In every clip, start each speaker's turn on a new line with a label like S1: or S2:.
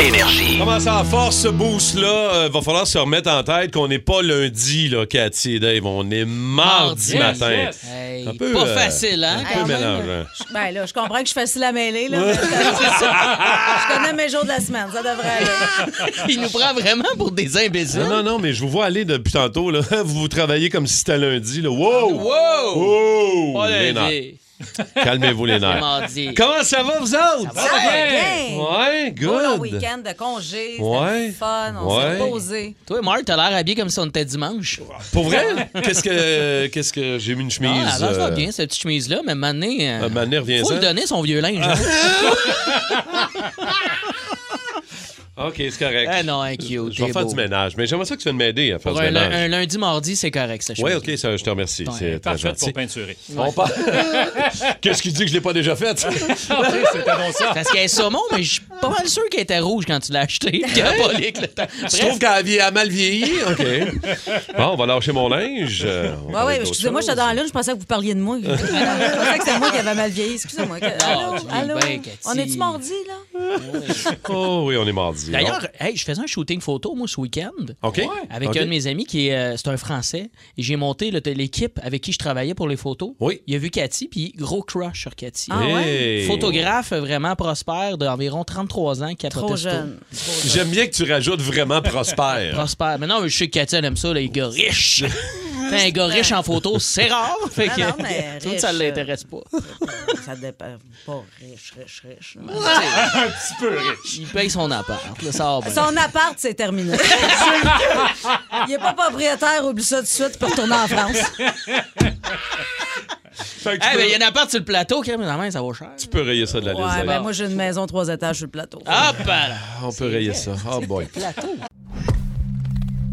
S1: Énergie.
S2: Comment ça en force ce boost-là? Euh, va falloir se remettre en tête qu'on n'est pas lundi, là, Cathy et Dave. On est
S3: Mardi,
S2: mardi, Ah, matin.
S3: yes.
S4: Hey,
S2: Un peu,
S3: pas
S2: euh,
S3: facile, hein?
S2: Un peu
S4: quand même.
S2: mélangeant.
S4: Ben là, je comprends que je suis facile à mêler, là. mais c'est ça. Je connais mes jours de la semaine, ça devrait aller.
S3: Il nous prend vraiment pour des imbéciles.
S2: Non, non, non, mais je vous vois aller depuis tantôt. Là. Vous vous travaillez comme si c'était lundi. Là. Wow!
S3: Wow!
S2: Wow!
S3: Pas
S2: Les nerfs.
S3: lundi.
S2: Calmez-vous les nerfs.
S3: Mardi.
S2: Comment ça va, vous autres?
S4: Ça va bien.
S2: Ouais,
S4: Beau long
S2: good.
S4: week-end de congé, c'était
S2: Ouais.
S4: le fun, on
S2: Ouais.
S4: s'est posé.
S3: Toi, Marc, t'as l'air habillé comme si on était dimanche.
S2: Pour vrai? Qu'est-ce que, qu'est-ce que j'ai mis une chemise?
S3: Ah, elle va
S2: euh,
S3: bien, cette petite chemise-là, mais Mané.
S2: euh, Mané revient
S3: faut le donner, son vieux linge. hein?
S2: Ok, c'est correct.
S3: Ah non, hein, cute,
S2: Je vais
S3: t'es
S2: faire
S3: beau.
S2: du ménage, mais j'aimerais ça que tu viennes m'aider à faire
S3: Pour
S2: du
S3: un,
S2: ménage.
S3: un lundi, mardi, c'est correct, ça.
S2: Oui, OK, ça, je te remercie. C'est très
S5: Parfait
S2: gentil.
S5: pour peinturer.
S2: On parle- Qu'est-ce qu'il dit que je l'ai pas déjà fait?
S5: C'est annonçant.
S3: Parce qu'elle est saumon, mais je suis pas mal sûr qu'elle était rouge quand tu l'as achetée. Diabolique, le temps.
S2: Hein? Je trouve qu'elle a vie- a mal vieilli. OK. Bon, on va lâcher mon linge. euh, on va
S4: Ouais,
S2: parler
S4: ouais,
S2: d'autre
S4: excusez-moi,
S2: chose.
S4: j'étais dans la lune, je pensais que vous parliez de moi. je pensais que c'était moi qui avait mal vieilli, excusez-moi. Que- Allô,
S3: tu ris
S4: allô,
S3: bien, Cathy.
S4: on est-tu mardi, là?
S2: Oh oui, on est mardi.
S3: D'ailleurs, hey, je faisais un shooting photo, moi, ce week-end.
S2: OK.
S3: Avec
S2: OK.
S3: un de mes amis qui est, euh, c'est un Français. Et j'ai monté le- l'équipe avec qui je travaillais pour les photos.
S2: Oui.
S3: Il a vu Cathy, puis gros crush sur Cathy.
S4: Ah ouais?
S2: Hey.
S3: Photographe vraiment prospère d'environ 33 ans, qui
S4: Trop jeune.
S2: J'aime bien que tu rajoutes vraiment prospère.
S3: Prospère. Mais non, mais je sais que Cathy, elle aime ça, les gars riches. T'as un gars riche en photo, c'est rare. Fait
S4: Non,
S3: que,
S4: non, mais
S3: tout ça
S4: riche, euh,
S3: l'intéresse pas.
S4: Ça dépend. Pas riche, riche, riche. là.
S5: Un petit peu riche.
S3: Il paye son appart. là, ça va bien.
S4: Son appart, c'est terminé. Il n'est pas propriétaire, oublie ça tout de suite, pour retourner en France.
S2: Fait que tu,
S3: Eh,
S2: peux,
S3: ben, il y a un appart sur le plateau, quand même, la main, ça vaut cher.
S2: tu peux rayer ça de la liste.
S4: Ouais, ben
S2: d'ailleurs.
S4: moi, j'ai une maison trois étages sur le plateau.
S3: Hop là!
S2: on peut rayer ça. Oh boy.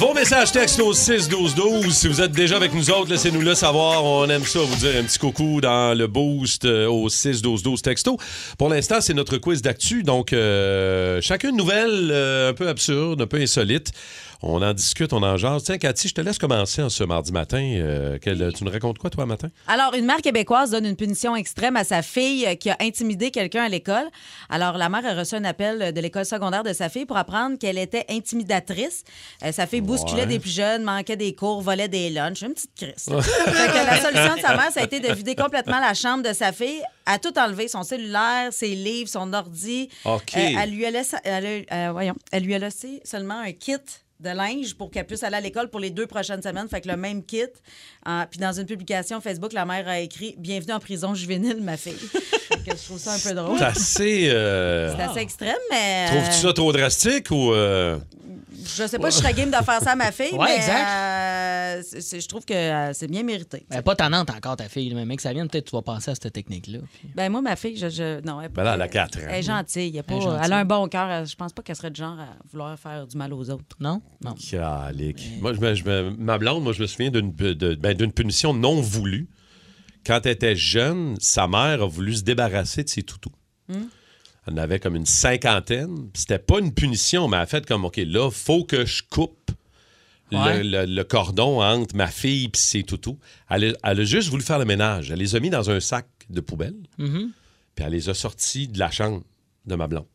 S2: Vos messages textes au 6-12-12. Si vous êtes déjà avec nous autres, laissez-nous le savoir. On aime ça vous dire un petit coucou dans le boost euh, au 6-12-12 texto. Pour l'instant, c'est notre quiz d'actu. Donc, euh, chacune nouvelle euh, un peu absurde, un peu insolite. On en discute, on en jase. Tiens, Cathy, je te laisse commencer en ce mardi matin. Euh, quel- tu nous racontes quoi, toi, matin?
S4: Alors, une mère québécoise donne une punition extrême à sa fille euh, qui a intimidé quelqu'un à l'école. Alors, la mère a reçu un appel euh, de l'école secondaire de sa fille pour apprendre qu'elle était intimidatrice. Euh, sa fille bousculait des plus jeunes, manquait des cours, volait des lunchs. Une petite crise. Fait que la solution de sa mère, ça a été de vider complètement la chambre de sa fille, à tout enlever, son cellulaire, ses livres, son ordi.
S2: OK.
S4: Euh, elle, lui a laissé, elle, a- euh, voyons, elle lui a laissé seulement un kit de linge pour qu'elle puisse aller à l'école pour les deux prochaines semaines. Fait que le même kit. Euh, puis dans une publication Facebook, la mère a écrit « Bienvenue en prison juvénile, ma fille ». Que Je trouve ça un peu drôle.
S2: C'est assez. euh,
S4: C'est assez extrême, mais... euh,
S2: Trouves-tu ça trop drastique ou. euh,
S4: Je sais pas, je serais game de faire ça à ma fille,
S3: Ouais,
S4: mais
S3: exact.
S4: euh, c'est- c'est- je trouve que euh, c'est bien mérité.
S3: Ben, pas tannante encore, ta fille. Mais mec, ça vient, peut-être tu vas passer à cette technique-là. puis-
S4: Ben moi, ma fille, je... je- non, elle, est pas-
S2: Ben là, elle a 4
S4: elle est gentille. Elle, est pas-
S3: Elle est gentille.
S4: elle a un bon cœur. Elle- Je pense pas qu'elle serait du genre à vouloir faire du mal aux autres.
S3: Non? Non.
S2: Calique. Moi, je me- je me- ma blonde, moi, je me souviens d'une de- ben, d'une punition non voulue. Quand elle était jeune, sa mère a voulu se débarrasser de ses toutous.
S3: Hmm?
S2: Elle en avait comme une cinquantaine. Puis C'était pas une punition, mais elle a fait comme OK, là, faut que je coupe le-
S3: Ouais.
S2: le, le cordon entre ma fille et ses toutous. Elle, a- elle a juste voulu faire le ménage. Elle les a mis
S3: Mm-hmm.
S2: dans un sac de poubelle, puis elle les a sortis de la chambre de ma blonde.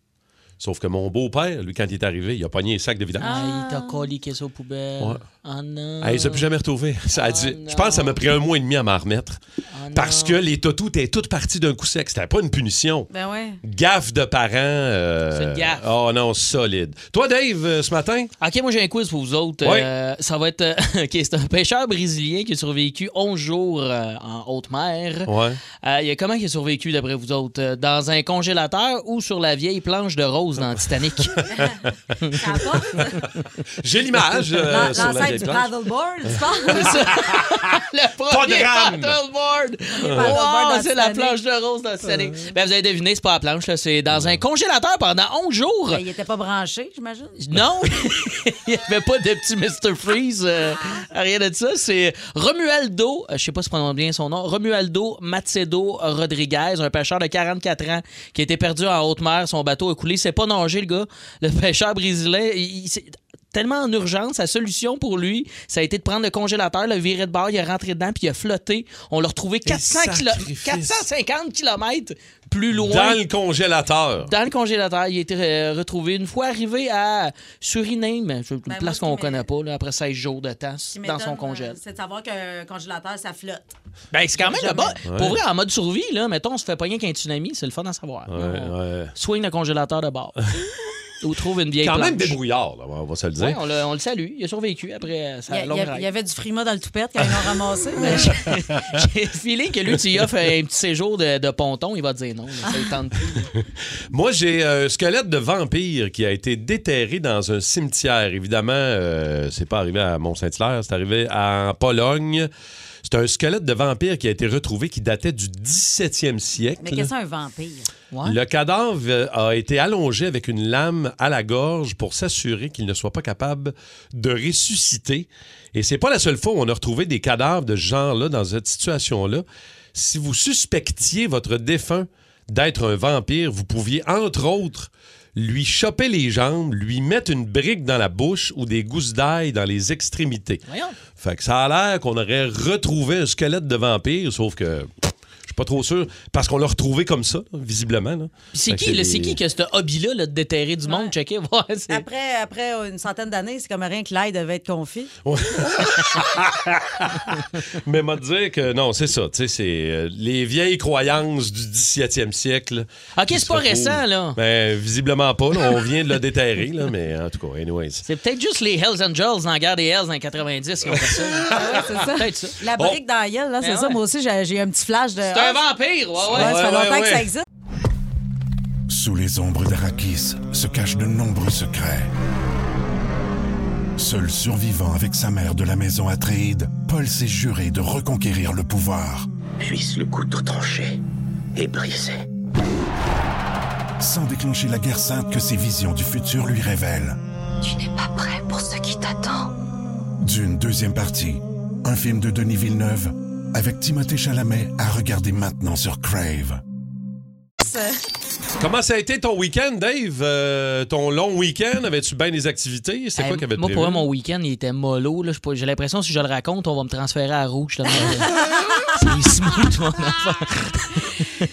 S2: Sauf que mon beau-père, lui, quand il est arrivé, il a pogné un sac de vidange.
S3: Ah, il t'a coliqué ça aux poubelles.
S2: Ouais.
S3: Ah non.
S2: Hey, ça plus jamais retrouvé. Ça a dit-
S3: Ah, non.
S2: je pense que ça m'a pris un mois et demi à m'en remettre.
S3: Ah non.
S2: parce que les totous étaient toutes parties d'un coup sec. C'était pas une punition.
S4: Ben ouais.
S2: Gaffe de parents. euh,
S3: C'est une gaffe.
S2: Oh non, solide. Toi, Dave, euh, ce matin?
S3: OK, moi j'ai un quiz pour vous autres.
S2: Ouais.
S3: Euh, ça va être. euh, OK, c'est un pêcheur brésilien qui a survécu 11 jours euh, en haute mer.
S2: Ouais.
S3: Euh, il y a comment il a survécu d'après vous autres Euh, Dans un congélateur ou sur la vieille planche de rose dans Titanic
S4: Ça apporte.
S2: J'ai l'image. euh,
S4: L'an-
S2: sur la
S4: L'ancêtre
S2: vieille
S4: du
S2: planche.
S4: paddleboard, tu penses?
S3: Le premier
S2: drame.
S3: paddleboard
S4: paddleboard
S3: Wow,
S4: dans Euh.
S3: C'est la
S4: Titanic.
S3: planche de rose dans Titanic. Ben, vous avez deviné, c'est pas la planche, là, c'est dans un congélateur pendant 11 jours.
S4: Ben, Il était pas branché, j'imagine.
S3: Non, il n'y avait pas de petit Mr. Freeze, euh, rien de ça. C'est Romualdo, euh, je sais pas si je prononce bien son nom, Romualdo Macedo Rodriguez, un pêcheur de 44 ans qui a été perdu en haute mer. Son bateau a coulé. C'est pas nager, le gars. Le pêcheur brésilien, il, il- c'est tellement en urgence. Sa solution pour lui, ça a été de prendre le congélateur, le virer de bord, il est rentré dedans, puis il a flotté. On l'a retrouvé 400 kilo-
S2: sacrifice.
S3: 450 km plus loin
S2: Dans le congélateur.
S3: dans le congélateur. Il a été euh, retrouvé une fois arrivé à Suriname, c'est une
S4: Ben, moi,
S3: place
S4: ce
S3: qu'on
S4: qui
S3: connaît
S4: m'é-
S3: pas, là, après 16 jours de temps,
S4: Ce qui
S3: dans son
S4: m'étonne,
S3: congélateur.
S4: euh, C'est de savoir qu'un congélateur, ça flotte.
S3: Ben, c'est quand même
S4: Jamais.
S3: là-bas.
S2: Ouais.
S3: Pour vrai, en mode survie, là, mettons, on se fait pogner qu'un tsunami, c'est le fun à savoir.
S2: Ouais,
S3: On
S2: ouais.
S3: Swing le congélateur de bord. Ou trouve une vieille
S2: Quand même
S3: planche.
S2: débrouillard, là, on va se le dire.
S3: Ouais, on, le, on le salue. Il a survécu après euh,
S4: Il y,
S3: sa
S4: a- il y
S3: longue
S4: a- il y
S3: ride.
S4: avait du frima dans le toupette quand ils l'ont ramassé. mais-
S3: J'ai filé que lui, tu y offres un petit séjour de, de ponton, il va dire non. là, ça lui tente plus.
S2: Moi, j'ai euh, un squelette de vampire qui a été déterré dans un cimetière. Évidemment, euh, c'est pas arrivé à Mont-Saint-Hilaire, c'est arrivé en Pologne. C'est un squelette de vampire qui a été retrouvé qui datait du 17e siècle.
S4: Mais qu'est-ce qu'un vampire?
S3: Ouais.
S2: Le cadavre euh, a été allongé avec une lame à la gorge pour s'assurer qu'il ne soit pas capable de ressusciter. Et c'est pas la seule fois où on a retrouvé des cadavres de ce genre-là dans cette situation-là. Si vous suspectiez votre défunt d'être un vampire, vous pouviez, entre autres, lui choper les jambes, lui mettre une brique dans la bouche ou des gousses d'ail dans les extrémités.
S3: Voyons.
S2: Fait que ça a l'air qu'on aurait retrouvé un squelette de vampire, sauf que pff, je suis pas trop sûr, parce qu'on l'a retrouvé comme ça, là, visiblement. là.
S3: Puis C'est
S2: Fait que
S3: qui, là, c'est
S2: des-
S3: qui que ce hobby-là là, de déterrer du monde?
S4: Ouais.
S3: Checker, voir. c'est-
S4: Après, après une centaine d'années, c'est comme rien que l'ail devait être confit.
S2: Mais m'a dire que non, c'est ça, tu sais, c'est euh, les vieilles croyances du 17e siècle.
S3: OK, c'est pas récent, là.
S2: Ben, visiblement pas, là, on vient de le déterrer, là, mais en tout cas, anyways.
S3: C'est peut-être juste les Hells Angels dans la guerre des Hells dans les 90 qui ont fait ça.
S4: Hein, c'est ça.
S3: Peut-être ça.
S4: La
S2: Bon.
S4: brique dans la gueule, là, c'est
S3: Ben
S4: ça.
S3: ouais.
S4: Moi aussi, j'ai j'ai eu un petit flash de. Ah,
S3: C'est un vampire, ouais, ouais.
S4: Ouais, ça fait
S2: Ouais, ouais,
S4: longtemps que
S2: ouais.
S4: ça existe.
S6: Sous les ombres d'Arakis se cachent de nombreux secrets. Seul survivant avec sa mère de la maison Atreide, Paul s'est juré de reconquérir le pouvoir.
S1: Puisse le couteau tranché et brisé.
S6: sans déclencher la guerre sainte que ses visions du futur lui révèlent.
S7: Tu n'es pas prêt pour ce qui t'attend.
S6: D'une deuxième partie, un film de Denis Villeneuve avec Timothée Chalamet à regarder maintenant sur Crave.
S2: Comment ça a été ton week-end, Dave? Euh, ton long week-end, avais-tu bien des activités? C'est quoi
S3: Hey,
S2: qui avait
S3: Moi, pour moi, mon week-end, il était mollo. là. Je sais pas, J'ai l'impression, si je le raconte, on va me transférer à rouge. tellement- C'est smooth, mon affaire.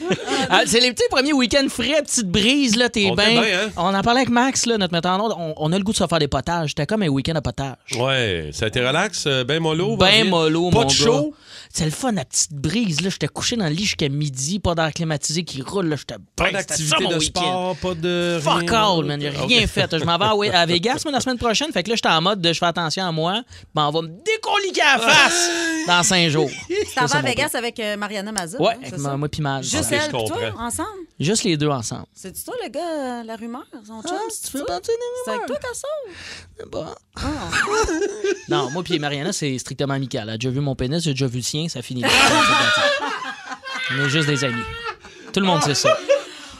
S3: Ah, c'est les petits premiers week-ends frais, petite brise, là, t'es
S2: On était
S3: bien.
S2: bien, hein?
S3: On en parlait avec Max, là, notre metteur en ordre. On, on a le goût de se faire des potages. C'était comme un week-end à potage.
S2: Ouais, ça a été relax, euh, ben mollo?
S3: Ben
S2: Vampire?
S3: mollo,
S2: Pas
S3: mon
S2: de chaud?
S3: gars. C'est le fun, la petite brise. là. J'étais couché dans le lit jusqu'à midi, pas d'air climatisé qui roule. là. J'étais
S2: Pas
S3: bien, Ben, c'était ça,
S2: d'activité
S3: mon
S2: de
S3: week-end.
S2: sport, pas de.
S3: Fuck
S2: rien?
S3: all, man. J'ai rien
S2: Ok.
S3: fait. Je m'en vais à We- à Vegas mais la semaine prochaine. Fait que là, j'étais en mode de je fais attention à moi. Ben, on va me décolliquer à la face dans cinq jours.
S4: T'en vas à Vegas avec euh, Mariana Mazza.
S3: Ouais,
S4: hein,
S3: avec
S4: c'est
S3: ma- Ah,
S4: ça?
S3: moi puis Maz.
S4: Juste
S2: Ouais, je
S4: elle et toi,
S2: comprends.
S4: ensemble.
S3: Juste les deux ensemble.
S4: C'est-tu toi, le gars, euh, la rumeur,
S3: Ah,
S4: son chum?
S3: tu fais partie de
S4: C'est avec toi qu'elle sort?
S3: Non, moi puis Mariana, c'est strictement amical. Elle a déjà vu mon pénis, j'ai déjà vu le sien, ça finit là. On est juste des amis. Tout le monde sait ça.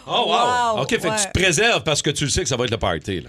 S2: Oh, wow.
S4: Wow,
S2: OK, fait que
S4: ouais.
S2: tu te préserves parce que tu le sais que ça va être le party. Là.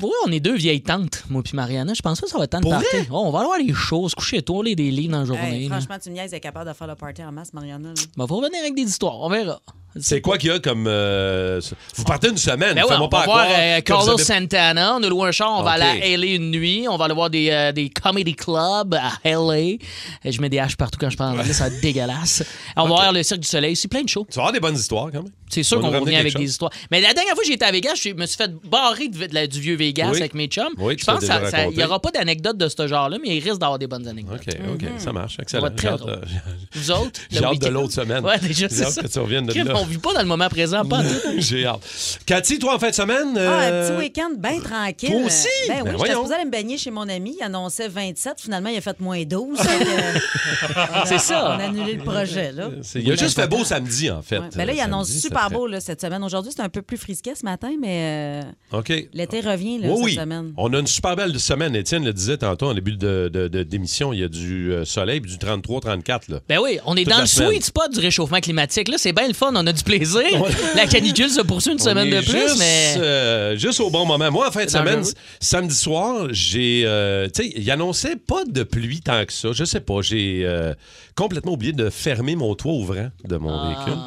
S3: Pour vrai, on est deux vieilles tantes, moi puis Mariana. Je pense pas que ça va être tant de
S2: Pour
S3: party.
S2: vrai?
S3: Oh, on va aller voir les choses, coucher-toi, les des livres dans la
S4: Hey,
S3: journée. là.
S4: franchement, tu me niaises, elle est capable de faire le party en masse, Mariana. là.
S3: Ben, faut revenir avec des histoires, on verra.
S2: C'est quoi qu'il y a comme. euh, vous partez une semaine.
S3: Ben ouais,
S2: fais-moi
S3: on
S2: pas
S3: va voir
S2: croire
S3: euh,
S2: que vous
S3: Carlos
S2: avez-
S3: Santana, on nous loue un char, on va
S2: Ok.
S3: aller à LA une nuit, on va aller voir des, euh, des comedy clubs à LA. Et je mets des haches partout quand je parle en anglais, ça va être dégueulasse. On va voir le Cirque du Soleil, c'est plein de shows.
S2: Tu vas avoir des bonnes histoires quand même.
S3: C'est sûr
S2: On
S3: qu'on
S2: nous
S3: revient
S2: ramenait
S3: avec
S2: quelque
S3: des
S2: chose.
S3: histoires. Mais la dernière fois que j'étais à Vegas, je me suis fait barrer de- de la- du vieux Vegas
S2: Oui.
S3: avec mes chums.
S2: Oui, tu
S3: je
S2: t'as
S3: pense
S2: déjà
S3: qu'il
S2: raconté.
S3: n'y aura pas d'anecdote de ce genre-là, mais il risque d'avoir des bonnes anecdotes.
S2: OK, OK, ça marche. Excellent.
S3: Mm-hmm. va
S2: J'ai
S3: très
S2: hâte,
S3: drôle.
S2: euh, j'ai-
S3: Vous autres, le
S2: j'ai hâte de
S3: week-end?
S2: l'autre semaine.
S3: Ouais, déjà,
S2: J'ai
S3: c'est
S2: hâte
S3: ça.
S2: que tu reviennes de
S3: Crime,
S2: là. Mm.
S3: on vit pas dans le moment présent, pas en tout.
S2: J'ai hâte. Cathy, toi, en fin de semaine.
S4: Ah, un
S2: euh,
S4: petit week-end bien tranquille.
S2: toi aussi?
S4: Ben
S2: Ben
S4: oui, j'étais
S2: voyons.
S4: supposée aller me baigner chez mon ami. Il annonçait 27. Finalement, il a fait moins 12. donc, euh,
S3: C'est ça.
S4: On a annulé le projet, là.
S2: c'est- Il a juste fait beau samedi, en fait.
S4: Ouais. Ben là, il
S2: Euh,
S4: annonce
S2: samedi,
S4: super
S2: ça fait-
S4: beau là, cette semaine. Aujourd'hui, c'est un peu plus frisquet ce matin, mais euh,
S2: OK.
S4: l'été revient là,
S2: Ah, Oui,
S4: cette
S2: oui. Ah,
S4: semaine.
S2: On a une super belle semaine. Étienne le disait tantôt en début de- de- de- d'émission. Il y a du euh, soleil puis du 33-34. là.
S3: Ben oui, on est
S2: Toute
S3: dans
S2: la
S3: le
S2: semaine.
S3: sweet spot du réchauffement climatique. Là, c'est bien le fun, on a du plaisir. la canicule se poursuit une semaine
S2: On est
S3: de plus,
S2: juste,
S3: mais.
S2: euh, juste au bon moment. Moi, en fin de
S3: C'est
S2: semaine,
S3: dangereux.
S2: samedi soir, j'ai. euh, tu sais, il annonçait pas de pluie tant que ça. Je sais pas. J'ai euh, complètement oublié de fermer mon toit ouvrant de mon
S3: Ah.
S2: véhicule.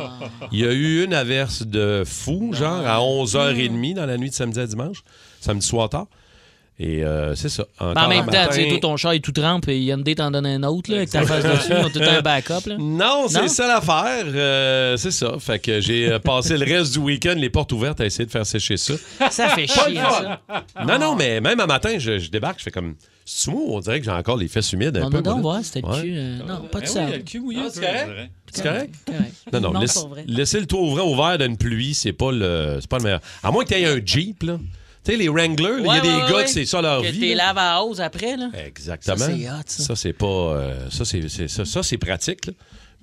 S2: Il y a eu une averse de fou, genre à
S3: Hmm.
S2: 11h30 dans la nuit de samedi à dimanche, samedi soir tard. Et euh, c'est ça.
S3: Ben, en
S2: Encore
S3: même
S2: un
S3: temps, tu
S2: matin-
S3: sais, toi, ton char est tout trempe et Hyundai t'en donne un autre, là, avec ta face dessus, on a tout un backup, là.
S2: Non,
S3: Non?
S2: c'est ça l'affaire. Euh, c'est ça. Fait que j'ai euh, passé le reste du week-end les portes ouvertes à essayer de faire sécher ça.
S3: Ça fait chier, ça.
S2: Non, non, mais même un matin, je, je débarque, je fais comme. C'est moi, on dirait que j'ai encore les fesses humides un
S3: On
S2: peu.
S3: a donc
S2: moi, là.
S3: voir, c'était le
S2: Ouais.
S3: cul. euh, non, pas de
S6: Ben
S3: ça.
S6: oui, il y a le cul mouillé,
S2: Ah,
S6: un
S2: c'est
S6: peu,
S2: correct?
S6: je dirais.
S2: C'est correct?
S3: Correct.
S2: Non, non,
S4: Non,
S2: laisse-
S4: pour vrai.
S2: laisser le toit ouvrant ouvert d'une pluie, c'est pas le c'est pas le meilleur. À moins que tu aies un Jeep, là. Tu sais, les Wranglers, là, il y a
S3: Ouais,
S2: des
S3: ouais,
S2: gars
S3: ouais.
S2: que c'est ça leur
S3: Que
S2: vie.
S3: t'es
S2: là.
S3: lave à hausse après, là.
S2: Exactement.
S3: Ça, c'est hot, ça.
S2: c'est pas. euh, ça, c'est, c'est- ça, ça, c'est pratique, là.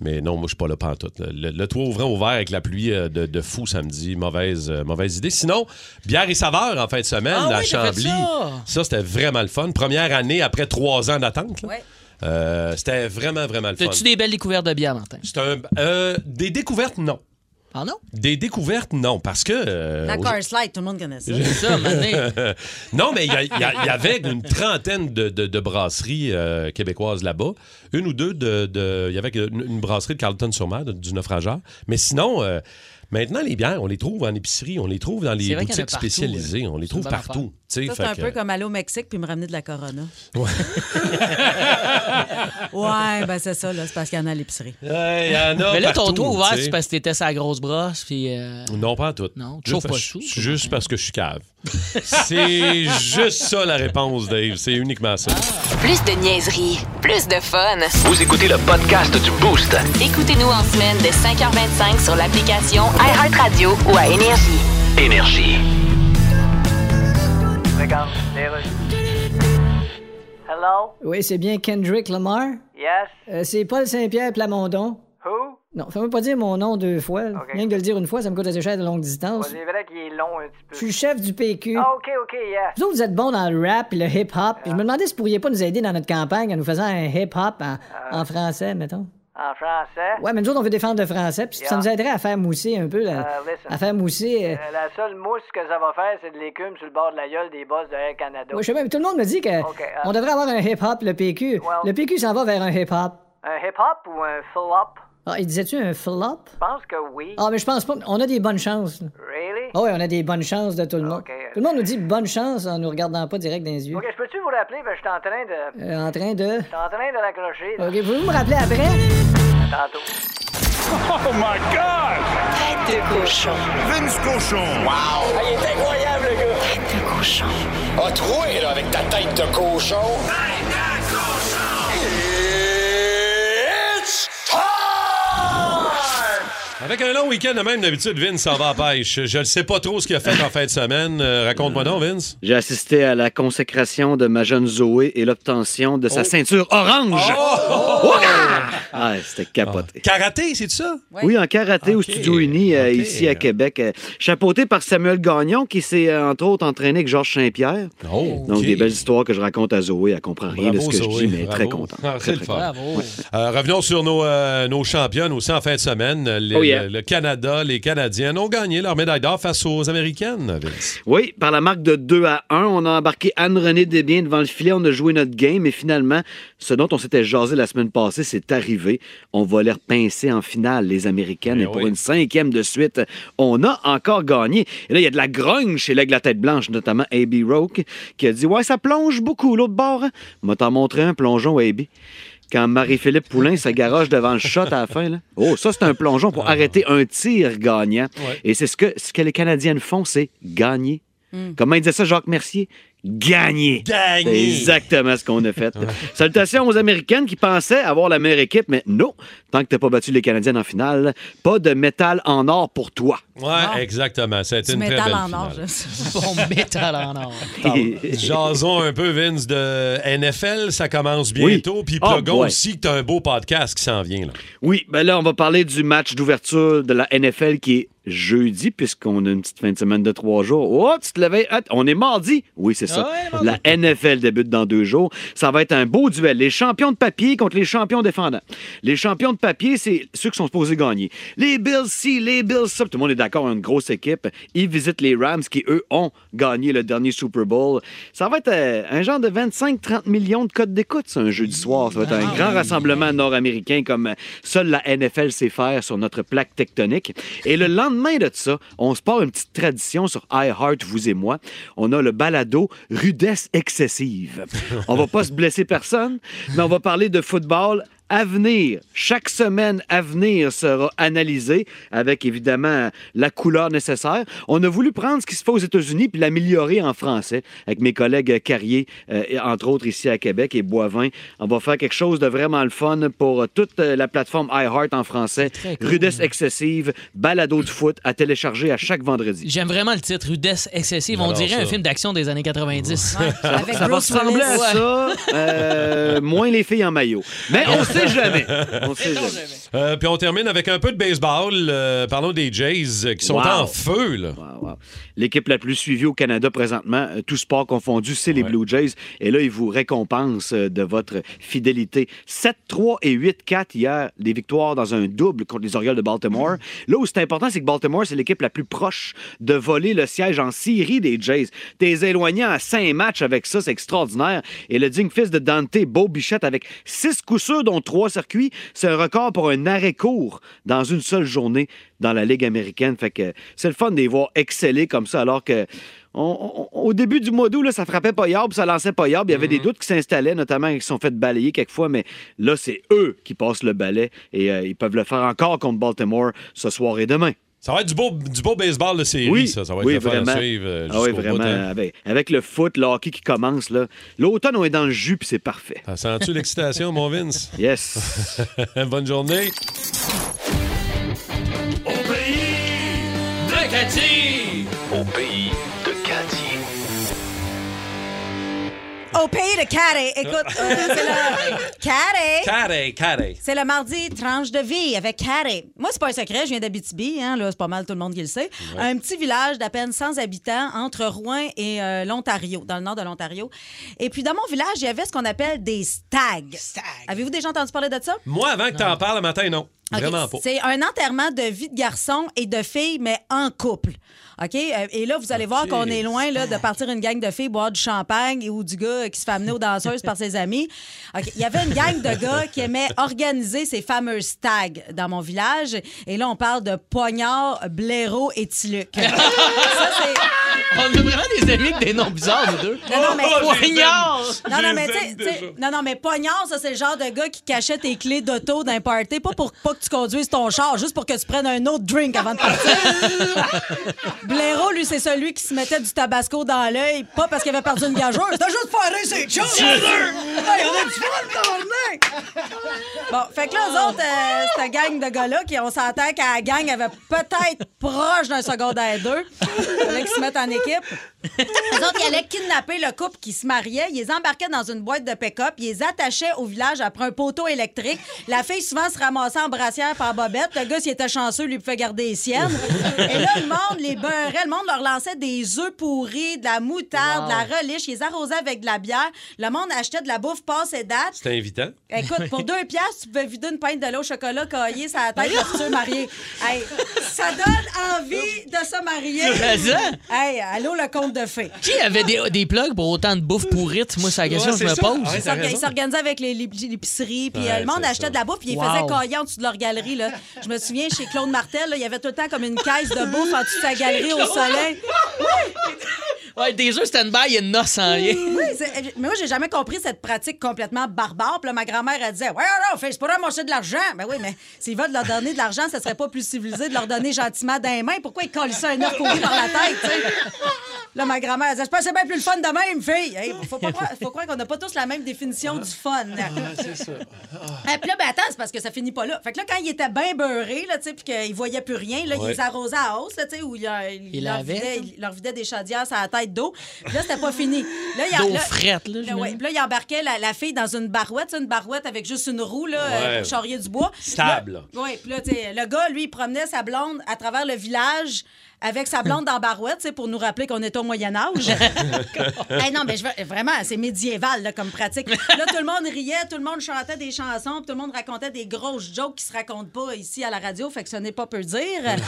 S2: Mais non, moi, je suis pas là pantoute. là. Le, le toit ouvrant ouvert avec la pluie euh, de, de fou samedi, mauvaise, euh, mauvaise idée. Sinon, bière et saveur en fin de semaine
S3: Ah
S2: à
S3: oui, t'as fait
S2: Chambly.
S3: ça.
S2: c'était vraiment le fun. Première année après trois ans d'attente. là.
S4: Ouais.
S2: Euh, c'était vraiment, vraiment le fun.
S3: T'as-tu des belles découvertes de bière, Martin?
S2: C'est un- euh, des découvertes, non.
S3: Ah non?
S2: Des découvertes, non. Parce que. euh,
S4: La
S2: aux-
S4: car slide, tout le monde connaît ça.
S3: Ça, mané.
S2: non, mais il y, a- il y a- il y avait une trentaine de, de- de brasseries euh, québécoises là-bas. Une ou deux de. de- Il y avait une, une brasserie de Carlton-sur-Mer, de- du naufrageur. Mais sinon. euh, Maintenant, les bières, on les trouve en épicerie, on les trouve dans
S3: C'est
S2: les
S3: vrai qu'il y en a
S2: boutiques
S3: partout,
S2: spécialisées,
S3: hein.
S2: on
S3: C'est
S2: les
S3: une
S2: trouve
S3: bonne
S2: partout. tu sais,
S4: Ça, c'est
S2: fait
S4: un
S2: que-
S4: peu comme aller au Mexique puis me ramener de la Corona. Ouais. ouais, ben c'est ça, là. C'est parce qu'il y en a à l'épicerie.
S2: Ouais, il y en a
S3: Mais là, ton
S2: partout,
S3: toit ouvert,
S2: tu sais.
S3: c'est parce que t'étais sa grosse brosse, puis. euh,
S2: Non, pas en tout.
S3: Non, tu
S2: Juste
S3: chauffes pas
S2: parce-
S3: sous,
S2: Juste,
S3: toi, Martin.
S2: parce que je suis cave. C'est juste ça la réponse, Dave. C'est uniquement ça.
S8: Plus de niaiserie, plus de fun.
S1: Vous écoutez le podcast du Boost.
S9: Ah,
S8: Écoutez-nous en semaine de 5h25 sur l'application iHeartRadio ou à Énergie.
S1: Énergie.
S10: Hello?
S11: Oui, c'est bien Kendrick Lamar.
S10: Yes?
S11: Euh, c'est Paul Saint-Pierre Plamondon.
S10: Who?
S11: Non, fais-moi pas dire mon nom deux fois. là.
S10: Ok.
S11: Rien que de le dire une fois, ça me coûte assez cher de longue distance.
S10: C'est vrai qu'il est long un petit peu.
S11: Je suis chef du PQ.
S10: Ah, OK, OK, yes.
S11: Vous autres, vous êtes bons dans le rap et le hip-hop. Puis Je me demandais si vous pourriez pas nous aider dans notre campagne en nous faisant un hip-hop en, en français, mettons.
S10: Ah. En français?
S11: Ouais, mais nous autres, on veut défendre le français. Puis ça
S10: Yeah.
S11: nous aiderait à faire mousser un peu. la-
S10: Euh, listen.
S11: à faire mousser. euh,
S10: Euh, la seule mousse que ça va faire, c'est de l'écume sur le bord de la gueule des boss de Air Canada.
S11: ouais, je sais pas, mais tout le monde me dit que
S10: Ok, euh.
S11: on devrait avoir un hip-hop, le PQ. Le PQ s'en va vers un hip-hop.
S10: Un hip-hop ou un flop?
S11: Ah, il disait-tu un flop?
S10: Je pense que oui.
S11: Ah, mais je pense pas. On a des bonnes chances. là.
S10: Really?
S11: Ah oui, on a des bonnes chances de tout le monde.
S10: Ok, euh,
S11: Tout le monde nous dit bonne chance en nous regardant pas direct dans les yeux.
S10: OK, je peux-tu vous rappeler? Parce que je suis en train de...
S11: Euh, en train de.
S10: Je suis en train de l'accrocher, là,
S11: Ok, pouvez-vous me rappeler après?
S10: tantôt.
S9: A troué, Ah, là, avec ta tête de cochon. Tête de cochon! It's time!
S2: Avec un long week-end de même, d'habitude, Vince s'en va à pêche. Je ne sais pas trop ce qu'il a fait en fin de semaine. Euh, Raconte-moi donc, Vince.
S12: J'ai assisté à la consécration de ma jeune Zoé et l'obtention de
S6: Oh.
S12: sa ceinture orange. Ouah! Ah, c'était capoté.
S2: Karaté, c'est ça?
S3: Ah.
S12: Oui, en karaté au
S2: Ok,
S12: Studio Uni, euh,
S2: ok.
S12: ici à Québec, euh, chapeauté par Samuel Gagnon, qui s'est euh, entre autres entraîné avec Georges Saint-Pierre.
S2: Oh,
S12: Donc, des belles histoires que je raconte à Zoé. Elle comprend rien de ce que je dis, mais très content.
S2: Ah, c'est le fun.
S3: Bravo.
S2: Euh, revenons sur nos, euh, nos championnes aussi en fin de semaine. Les-
S12: Oh yeah.
S2: le, le Canada, les Canadiennes ont gagné leur médaille d'or face aux Américaines, Vince.
S12: Oui, par la marque de 2 à 1, on a embarqué Anne-Renée Desbiens devant le filet, on a joué notre game et finalement, ce dont on s'était jasé la semaine passée, c'est arrivé. On va les repincer en finale, les Américaines,
S2: Eh
S12: et pour
S2: oui.
S12: une cinquième de suite, on a encore gagné. Et là, il y a de la grogne chez l'aigle à tête blanche, notamment A.B. Roke, qui a dit « Ouais, ça plonge beaucoup, l'autre bord. hein? » M'a t'en montré un plongeon, A.B. Quand Marie-Philippe Poulain se garoche devant le shot à la fin, là. Oh, ça, c'est un plongeon pour arrêter un tir gagnant.
S13: Ouais.
S12: Et c'est ce que, ce que les Canadiennes font, c'est gagner. Comment il disait ça, Jacques Mercier? Gagner.
S2: Gagner.
S12: C'est exactement ce qu'on a fait. Salutations aux Américaines qui pensaient avoir la meilleure équipe, mais non. Tant que t'as pas battu les Canadiennes en finale, pas de métal en or pour toi.
S2: Ouais, exactement. Ça a été
S4: Du
S2: une très belle
S4: métal en
S2: finale.
S4: or, je sais.
S3: Bon métal en or.
S2: Jason un peu, Vince, de NFL, ça commence
S12: Oui.
S2: bientôt. Puis
S12: Ah,
S2: Plogon
S12: ouais.
S2: aussi, que t'as un beau podcast qui s'en vient. Là.
S12: Oui, ben là, on va parler du match d'ouverture de la NFL qui est jeudi, puisqu'on a une petite fin de semaine de trois jours. Oh, tu te levais, ah, on est mardi. Oui, c'est ça.
S13: Ah
S12: la NFL débute dans deux jours. Ça va être un beau duel. Les champions de papier contre les champions défendants. Les champions de papier, c'est ceux qui sont supposés gagner. Les Bills, si, les Bills, ça. Tout le monde est d'accord, une grosse équipe. Ils visitent les Rams qui, eux, ont gagné le dernier Super Bowl. Ça va être euh, un genre de 25-30 millions de codes d'écoute, ça, un jeudi soir. Ça va être un grand rassemblement nord-américain comme seule la NFL sait faire sur notre plaque tectonique. Et le lendemain de ça, on se part une petite tradition sur iHeart, vous et moi. On a le balado rudesse excessive. On va pas se blesser personne, mais on va parler de football à venir. Chaque semaine à venir sera analysée avec évidemment la couleur nécessaire. On a voulu prendre ce qui se fait aux États-Unis puis l'améliorer en français avec mes collègues Carrier, euh, et entre autres ici à Québec et Boivin. On va faire quelque chose de vraiment le fun pour euh, toute euh, la plateforme iHeart en français.
S3: cool.
S12: Rudesse excessive, balado de foot à télécharger à chaque vendredi.
S3: J'aime vraiment le titre, Rudesse excessive. On
S12: J'adore
S3: dirait un
S12: ça.
S3: film d'action des années 90.
S12: Avec ça va Bruce ressembler à Willis. ça. Euh, moins les filles en maillot. Mais on sait jamais. On sait jamais.
S2: Euh, puis on termine avec un peu de baseball. Euh, parlons des Jays euh, qui sont
S12: Wow.
S2: en feu. Là.
S12: L'équipe la plus suivie au Canada présentement, euh, tout sport confondu, c'est les Blue Jays. Et là, ils vous récompensent euh, de votre fidélité. 7-3 et 8-4 hier, des victoires dans un double contre les Orioles de Baltimore. Là où c'est important, c'est que Baltimore, c'est l'équipe la plus proche de voler le siège en Syrie des Jays. T'es éloigné à 5 matchs avec ça, c'est extraordinaire. Et le digne fils de Dante, Beau Bichette, avec 6 coups sûrs, dont 3 circuits, c'est un record pour un arrêt court dans une seule journée dans la Ligue américaine. Fait que c'est le fun de les voir exceller comme ça, alors que. on- on- au début du mois d'août, là, ça frappait pas yard, puis ça lançait pas yard, puis Il y avait
S2: Mhm.
S12: des doutes qui s'installaient, notamment qui se sont fait balayer quelquefois, mais là, c'est eux qui passent le balai et euh, ils peuvent le faire encore contre Baltimore ce soir et demain.
S2: Ça va être du beau, du beau baseball de série,
S12: Oui,
S2: ça. Ça va être
S12: oui,
S2: le fun
S12: vraiment.
S2: à suivre euh,
S12: Ah oui,
S2: jusqu'au bout,
S12: vraiment.
S2: hein.
S12: Avec, avec le foot, le hockey qui commence, là. L'automne, on est dans le jus, puis c'est parfait.
S2: Ah, Sens-tu l'excitation, mon Vince?
S12: Yes.
S2: Bonne journée.
S13: Au pays de Cathy! Au pays de Cathy.
S4: Au pays de Carré, écoute, euh, c'est le Carré.
S2: Carré, carré.
S4: C'est le mardi tranche de vie avec Carré. Moi, c'est pas un secret, je viens d'Abitibi, hein, là, c'est pas mal tout le monde qui le sait.
S7: Ouais.
S4: Un petit village d'à peine 100 habitants entre Rouen et euh, l'Ontario, dans le nord de l'Ontario. Et puis, dans mon village, il y avait ce qu'on appelle des stags. Avez-vous déjà entendu parler de ça?
S2: Moi, avant que t'en parles le matin, non.
S4: OK,
S2: Vraiment pas.
S4: C'est un enterrement de vie de garçon et de filles, mais en couple. OK? Euh, Et là, vous allez voir
S7: OK.
S4: qu'on est loin là, de partir une gang de filles boire du champagne et- ou du gars qui se fait amener aux danseuses par ses amis. OK, Il y avait une gang de gars qui aimaient organiser ces fameuses tags dans mon village. Et là, on parle de poignard, blaireau et tiluc. Ça, c'est.
S3: On a vraiment des amis avec des noms bizarres, nous deux.
S4: Non, non, mais...
S3: oh, Poignard!
S4: Non, non, mais tu sais- tu sais- non, non, mais poignard, ça, c'est le genre de gars qui cachait tes clés d'auto d'un party, pas pour pas que tu conduises ton char, juste pour que tu prennes un autre drink avant de partir. Blaireau, lui, c'est celui qui se mettait du tabasco dans l'œil, pas parce qu'il avait perdu une gageure, c'était juste pour aller ses choses. Hey, on a du fun, tabarnak! Bon, fait que là, eux autres, euh, cette gang de gars-là, qui, on s'entend qu'à la gang avait peut-être proche d'un secondaire 2, fallait qu'ils se mettent en équipe. Eux autres, ils allaient kidnapper le couple qui se mariait. Ils les embarquaient dans une boîte de pick-up. Ils les attachaient au village après un poteau électrique. La fille, souvent, se ramassait en brassière par bobette. Le gars, s'il était chanceux, lui pouvait garder les siennes. Et là, le monde les beurrait. Le monde leur lançait des œufs pourris, de la moutarde,
S2: Wow.
S4: de la reliche. Ils les arrosaient avec de la bière. Le monde achetait de la bouffe passe et date.
S2: C'était invitant.
S4: Écoute, pour deux piastres, tu pouvais vider une pinte de l'eau au chocolat caillée sur la tête d'un futur marié. Hey, ça donne envie de se marier.
S3: Mais ça?
S4: Hey, allô le conte de fées.
S3: Qui avait des, des plugs pour autant de bouffe pourrite? Moi, c'est la question que je me pose.
S4: Ils s'orga- ils s'organisaient avec les- les- l'épicerie, puis
S3: Ouais,
S4: euh, le monde
S3: c'est
S4: achetait
S3: ça.
S4: de la bouffe, puis ils
S3: Wow.
S4: faisaient cailler en dessous de leur galerie. Là. Je me souviens, chez Claude Martel, là, il y avait tout le temps comme une caisse de bouffe en dessous de sa galerie au
S13: Claude.
S4: soleil. Oui!
S3: Ouais, des œufs stand-by, il y a une noce en lien.
S4: Oui, c'est- mais moi, j'ai jamais compris cette pratique complètement barbare. Puis là, ma grand-mère, elle disait Ouais, alors, fais, je pourrais manger de l'argent. Ben oui, mais s'il va de leur donner de l'argent, ça serait pas plus civilisé de leur donner gentiment dans les mains. Pourquoi ils collent ça un œuf pourri dans la tête, tu sais? Là, ma grand-mère, elle disait Je pense que c'est bien plus le fun de même, fille. Hey, faut, pas croire, faut croire qu'on n'a pas tous la même définition du fun.
S13: Ah, c'est ça.
S4: Et puis là, ben attends, c'est parce que ça finit pas là. Fait que là, quand il était bien beurré, là, tu sais, puis qu'il voyait plus rien, là, il
S3: Ouais.
S4: les arrosait à hausse, là, tu sais, où il, leur- il
S3: Il
S4: leur
S3: avait,
S4: vidait,
S3: là.
S4: il leur vidait des chaudières sur la tête d'eau. Puis là, c'était pas fini. Là, il
S3: D'eau frette, là, j'imagine.
S4: Ben ouais. Puis là, il embarquait la, la fille dans une barouette, tu sais, une barouette avec juste une roue, là,
S2: Ouais.
S4: euh, pour charrier du bois.
S2: Stable.
S4: Oui, puis là, tu sais, le gars, lui, il promenait sa blonde à travers le village avec sa blonde dans la barouette, tu sais, pour nous rappeler qu'on était au Moyen-Âge. Hey, non, mais je veux- vraiment, c'est médiéval là, comme pratique. Là, tout le monde riait, tout le monde chantait des chansons, puis tout le monde racontait des grosses jokes qui se racontent pas ici à la radio, fait que ce n'est pas peu dire.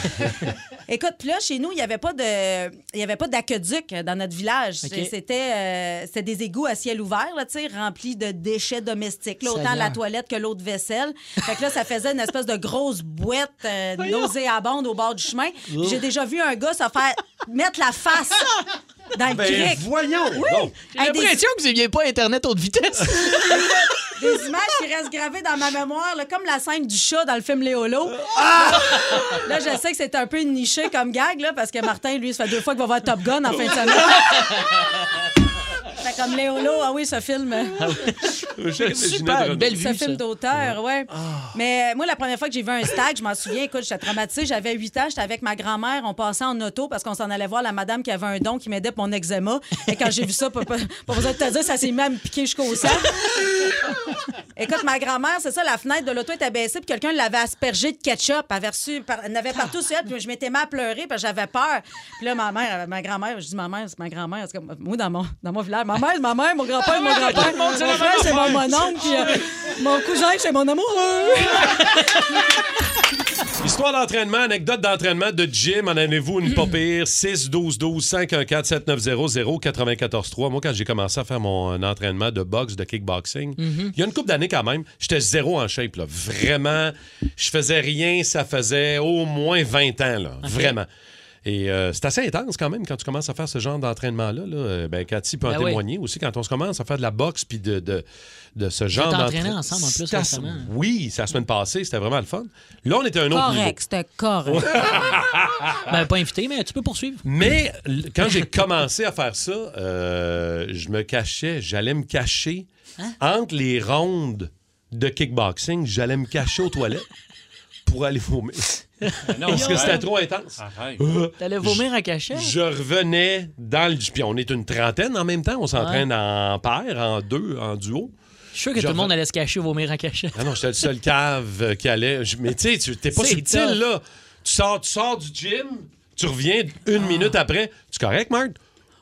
S4: Écoute, puis là, chez nous, il n'y avait pas de, il y avait pas d'aqueduc dans notre village.
S7: Ok.
S4: C'était, euh, c'était des égouts à ciel ouvert, là, tu sais, remplis de déchets domestiques, là, autant
S7: Seigneur.
S4: la toilette que l'eau de vaisselle. Fait que là, ça faisait une espèce de grosse boîte euh,
S7: Voyons.
S4: nauséabonde au bord du chemin. Puis J'ai
S7: Ouf.
S4: déjà vu un gars se faire mettre la face dans le
S3: Ben,
S4: cric.
S2: voyons
S4: Oui.
S3: J'ai
S4: Hey, des-
S3: l'impression que vous n'aviez pas Internet haute vitesse.
S4: des images qui restent gravées dans ma mémoire, là, comme la scène du chat dans le film Léolo. Là, je sais que c'est un peu niché comme gag, là, parce que Martin, lui, ça fait deux fois qu'il va voir Top Gun en fin de semaine. Fait comme Léolo, ah oui, ce film.
S2: J'imagine de Renaud.
S4: ce film d'auteur, ouais. Mais euh, moi, la première fois que j'ai vu un stag, je m'en souviens, écoute, j'étais traumatisée. J'avais 8 ans, j'étais avec ma grand-mère, on passait en auto parce qu'on s'en allait voir la madame qui avait un don qui m'aidait pour mon eczéma. Et quand j'ai vu ça, pas, pas, pas besoin de te dire, ça s'est même piqué jusqu'au sang. Écoute, ma grand-mère, c'est ça, la fenêtre de l'auto était abaissée, puis quelqu'un l'avait aspergée de ketchup, avait reçu, par- elle en avait partout sur elle, puis je m'étais mis à pleurer, parce que j'avais peur. Puis là, ma mère, ma grand-mère, je dis ma mère, c'est ma grand-mère, c'est comme, moi, dans mon, dans mon village, ma mère, c'est ma mère, mon grand-père, c'est mon
S3: Ah,
S4: grand-père,
S13: Tout le monde,
S4: mon
S13: c'est la
S4: frère,
S13: même
S4: c'est mon,
S13: affaire.
S4: mon oncle, puis euh, mon cousin, c'est mon amoureux.
S2: Histoire d'entraînement, anecdote d'entraînement de gym, en avez-vous une pas pire? 6 12 12 514 7900 94 3. Moi, quand j'ai commencé à faire mon euh, entraînement de boxe, de kickboxing, il y a une couple d'années quand même, j'étais zéro en shape. Là. Vraiment, je faisais rien, ça faisait au moins 20 ans. Là. Vraiment. Et euh, c'est assez intense quand même quand tu commences à faire ce genre d'entraînement-là. là. Euh, Ben, Cathy peut en
S3: Ben oui.
S2: témoigner aussi. Quand on se commence à faire de la boxe puis de, de, de ce genre
S3: êtes
S2: d'entraînement.
S3: entraînés ensemble, en plus,
S2: C'est assez-
S3: récemment.
S2: Oui, c'est la semaine passée, c'était vraiment le fun. Là, on était à un autre niveau.
S4: Correct, c'était correct.
S3: ben, pas invité, mais tu peux poursuivre.
S2: Mais l- quand j'ai commencé à faire ça, euh, je me cachais, j'allais me cacher
S3: Hein?
S2: entre les rondes de kickboxing, j'allais me cacher aux toilettes pour aller vomir.
S3: Ah non,
S2: Parce que
S3: arrête.
S2: c'était trop intense. Euh,
S3: T'allais vomir en cachet?
S2: Je revenais dans le. Puis on est une trentaine en même temps, on s'entraîne en paire, en deux, en duo.
S3: Je suis sûr que tout le monde allait se cacher ou vomir en cachet.
S2: Ah non, j'étais le seul cave euh, qui allait. Je- Mais tu sais, tu- t'es pas
S3: C'est
S2: subtil,
S3: tough.
S2: là. Tu sors, tu sors du gym, tu reviens une minute après. Tu es correct, Marc?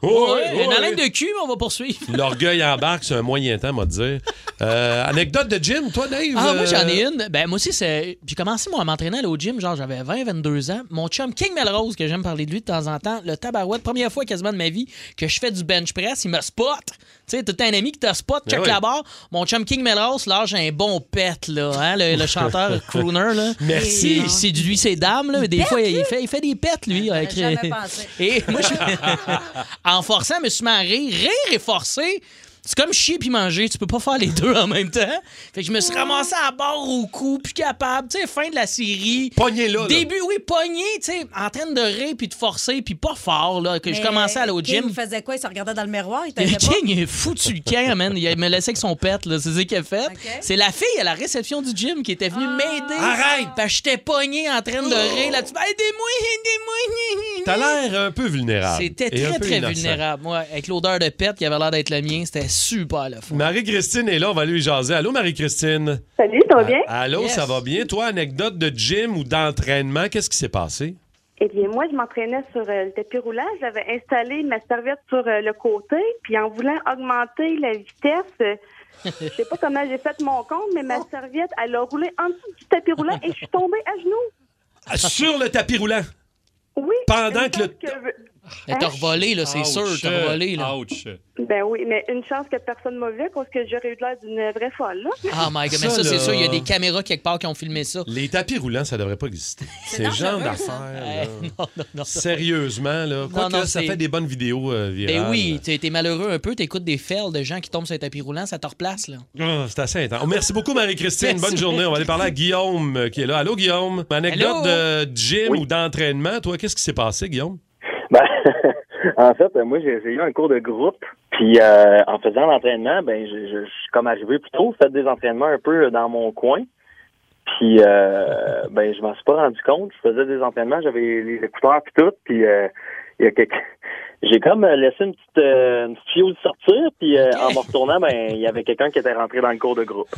S2: Oh,
S3: Ouais,
S2: oui,
S3: Ah. une
S2: oui.
S3: haleine de cul, mais on va poursuivre.
S2: L'orgueil embarque, c'est un moyen temps, m'a dire. Euh, anecdote de gym, toi, Dave?
S3: Ah, moi,
S2: euh,
S3: j'en ai une. Ben, moi aussi, c'est. J'ai commencé, moi, à m'entraîner à aller au gym, genre, j'avais 20, 22 ans. Mon chum King Melrose, que j'aime parler de lui de temps en temps, le tabarouette, première fois quasiment de ma vie que je fais du bench press, il me spot. Tu sais, t'as un ami qui te spot,
S2: Ben
S3: check
S2: oui.
S3: la barre. Mon chum King Melrose, là, j'ai un bon pet, là, hein, le, le chanteur crooner, là.
S2: Merci.
S3: C'est- C'est du lui, c'est dames, là. Ben, mais Des
S2: pète,
S3: fois,
S2: lui?
S3: il fait, il fait des pets, lui. avec-
S2: jamais pensé.
S3: Et moi, je- en forçant, je me suis mis à rire. Rire et forcer, c'est comme chier puis manger. Tu peux pas faire les deux en même temps. Fait que je me suis ramassé à bord au cou, plus capable. Tu sais, fin de la série.
S2: Pogné là.
S3: Début, oui, pogné, tu sais, en train de rire puis de forcer, puis pas fort, là. Que je
S4: Mais
S3: commençais à aller au
S4: King,
S3: gym.
S4: Il faisait quoi? Il se regardait dans le miroir, il
S3: Le
S4: t'aimait pas?
S3: King il est foutu le camp, man. Il me laissait avec son pet, là. C'est ce qu'il a fait. C'est la fille à la réception du gym qui était venue
S4: Ah.
S3: m'aider.
S2: Arrête!
S3: Parce que j'étais pogné en train de
S4: Oh.
S3: rire là-dessus. Aidez-moi, aidez-moi.
S2: T'as l'air un peu vulnérable.
S3: C'était
S2: et un
S3: très,
S2: peu
S3: très
S2: innocent.
S3: vulnérable. Moi, avec l'odeur de pète qui avait l'air d'être le mien, c'était super le fun.
S2: Marie-Christine est là, on va lui jaser. Allô, Marie-Christine?
S14: Salut, ça va bien?
S2: Allô, ça va bien? Toi, anecdote de gym ou d'entraînement, qu'est-ce qui s'est passé?
S14: Eh bien, moi, je m'entraînais sur euh, le tapis roulant. J'avais installé ma serviette sur euh, le côté, puis en voulant augmenter la vitesse, euh, je sais pas comment j'ai fait mon compte, mais ma serviette, elle a roulé en dessous du tapis roulant et je suis tombée à genoux.
S2: Ah, Sur le tapis roulant.
S14: Oui.
S2: Pendant que le-
S14: Parce que
S3: Elle t'a revolé, là, c'est sûr,
S5: Ouch.
S3: t'as revolé,
S2: Ah,
S3: là.
S5: Ouch.
S14: Ben oui, mais une chance que personne m'a vu parce que j'aurais eu l'air d'une vraie folle. Là.
S3: Ah, my God, mais
S2: Ça,
S3: ça, c'est
S2: là.
S3: sûr, il y a des caméras quelque part qui ont filmé ça.
S2: Les tapis roulants, ça devrait pas exister. C'est le
S3: dangereux,
S2: genre
S3: ça.
S2: d'affaires.
S3: Eh, non, non, non.
S2: Sérieusement, là. Quoique,
S3: non,
S2: là, ça
S3: c'est-
S2: fait des bonnes vidéos euh, virales.
S3: Ben oui, t'es t'es malheureux un peu, t'écoutes des fails de gens qui tombent sur un tapis roulant, ça te replace, là.
S2: Ah, c'est assez intense. Merci beaucoup, Marie-Christine.
S3: Merci,
S2: Bonne journée. On va aller parler à Guillaume euh, qui est là. Allô, Guillaume. Anecdote
S15: Allô?
S2: de gym ou d'entraînement. Toi, qu'est-ce qui s'est passé, Guillaume?
S15: Ben, en fait, euh, moi, j'ai j'ai eu un cours de groupe. Puis, euh, en faisant l'entraînement, ben, je, je- je suis comme arrivé plus tôt, fait des entraînements un peu euh, dans mon coin. Puis, euh, ben, je m'en suis pas rendu compte. Je faisais des entraînements, j'avais les écouteurs puis tout. Puis, euh, il y a quelques- J'ai comme euh, laissé une petite, euh, une petite fuse sortir, puis euh, en me retournant, ben, il y avait quelqu'un qui était rentré dans le cours de groupe.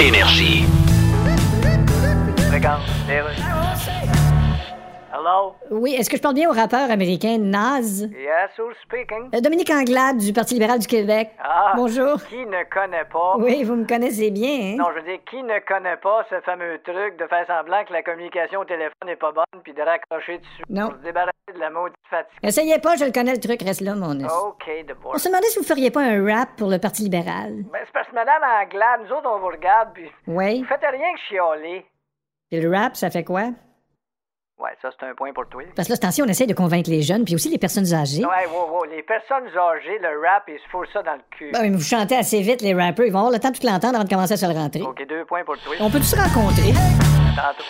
S1: Énergie.
S10: Regarde, les rues. Hello?
S16: Oui, est-ce que je parle bien au rappeur américain Naz?
S10: Yes, who's speaking?
S16: Euh, Dominique Anglade du Parti libéral du Québec.
S10: Ah,
S16: Bonjour.
S10: Qui ne connaît pas?
S16: Oui, vous me connaissez bien, hein?
S10: Non, je veux dire, qui ne connaît pas ce fameux truc de faire semblant que la communication au téléphone n'est pas bonne puis de raccrocher dessus
S16: Non.
S10: pour se débarrasser de la maudite fatigue?
S16: Essayez pas, je le connais le truc, reste là,
S10: Oh,
S16: mon os.
S10: OK, de bois.
S16: On se demandait si vous feriez pas un rap pour le Parti libéral.
S10: Ben, c'est parce que Madame Anglade, nous autres, on vous regarde puis.
S16: Oui.
S10: Vous faites rien que chialer.
S16: Et le rap, ça fait quoi?
S10: Ouais, ça, c'est un point pour toi.
S16: Parce que là, ce temps-ci, on essaie de convaincre les jeunes, puis aussi les personnes âgées.
S10: Ouais, wow, wow. Les personnes âgées, le rap, ils se fourrent ça dans le cul.
S16: Ben, mais vous chantez assez vite, les rappers. Ils vont avoir le temps de tout l'entendre avant de commencer à se le rentrer.
S10: OK, deux points pour toi.
S16: On peut tous se rencontrer.
S10: Tantôt.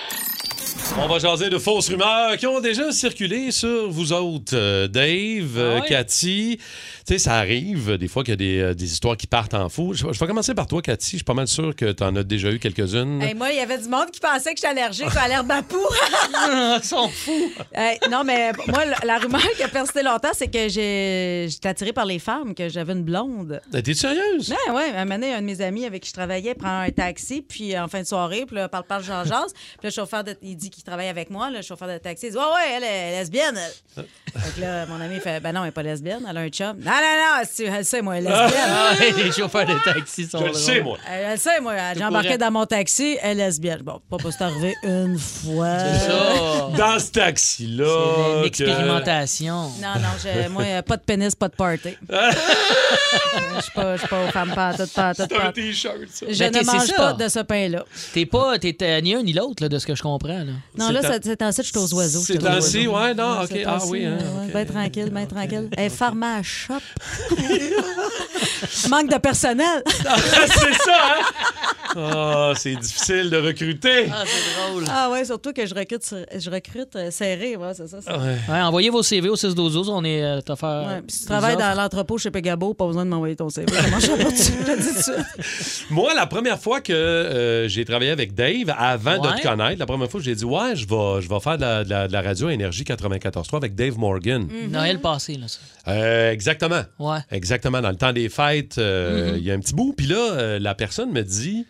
S2: On va jaser de fausses rumeurs qui ont déjà circulé sur vous autres. Euh, Dave, euh,
S3: Ah ouais?
S2: Cathy, tu sais, ça arrive euh, des fois qu'il y a des, euh, des histoires qui partent en fou. Je, je vais commencer par toi, Cathy. Je suis pas mal sûr que tu en as déjà eu quelques-unes.
S4: Hey, moi, il y avait du monde qui pensait que j'étais allergique à l'herbe à poux.
S3: Ah, Ils sont fous.
S4: non, mais moi, la, la rumeur qui a persisté longtemps, c'est que j'ai- j'étais attirée par les femmes, que j'avais une blonde.
S2: T'es sérieuse?
S4: Ouais, Ben ouais. À un moment donné, un de mes amis avec qui je travaillais prend un taxi, puis euh, en fin de soirée, puis là, parle, parle, jean jase Puis le chauffeur, de- il dit qu'il travaille avec moi. Le chauffeur de taxi, il dit Ouais, ouais, elle est lesbienne.
S3: Ah.
S4: elle. Fait que là, mon ami fait Ben non, elle n'est pas lesbienne, elle a un chum. Non, non, non, c'est- elle sait, moi, elle est
S3: Ah,
S4: lesbienne.
S3: ouais, les chauffeurs de taxi sont
S2: Je le
S3: drôles.
S2: sais, moi.
S4: Elle, elle sait, moi,
S3: Tout
S4: j'embarquais
S3: courant.
S4: dans mon taxi, elle est lesbienne. Bon, pas pour c'est arrivé une fois.
S2: Dans ce taxi-là.
S3: C'est
S2: que-
S3: l'expérimentation.
S4: Non, non, j'ai- moi, euh, pas de pénis, pas de party.
S3: Ah.
S4: Euh, Je suis pas, je suis pas aux femmes, pas tout, pas tout, pas
S2: t-shirt, ça.
S4: Je
S3: Ben, t'es-
S4: ne
S3: c'est
S4: mange
S3: ça.
S4: pas de ce pain-là.
S3: T'es pas, t'es euh, ni un ni l'autre, là, de ce que je comprends, là.
S4: Non, là, ça- c'est ainsi, je suis aux oiseaux.
S3: c'est
S4: je suis aux
S3: ainsi,
S4: oiseaux.
S3: ouais, non,
S4: c'est
S3: ok, ah
S4: ainsi,
S3: oui, hein,
S4: euh, ouais, Ben tranquille, ben tranquille. Eh, pharma shop. Manque de personnel.
S2: c'est ça, hein? Ah, c'est difficile de recruter.
S4: Ah ouais, surtout que je recrute, sur- je recrute euh, serré, ouais, c'est ça. c'est-
S3: Ah Ouais, envoyez vos CV au 6 12 12, on est euh, t'as fait,
S4: Ouais,
S3: euh,
S4: puis si tu
S3: des
S4: travailles
S3: offres.
S4: dans l'entrepôt chez Pegabo, pas besoin de m'envoyer ton CV. Ça marche pas dessus, je te dis tout de suite.
S2: Moi, la première fois que euh, j'ai travaillé avec Dave, avant de
S3: Ouais.
S2: te connaître, la première fois, j'ai dit Ouais, je vais, je vais faire de la, de la- de la radio à Énergie 94.3 avec Dave Morgan.
S4: Mhm.
S3: Noël passé, là, ça.
S2: Euh, exactement.
S3: Mm. Ouais.
S2: Exactement. Dans le temps des fêtes, euh, il
S3: Mhm.
S2: y a un petit bout. Puis là, euh, la personne me dit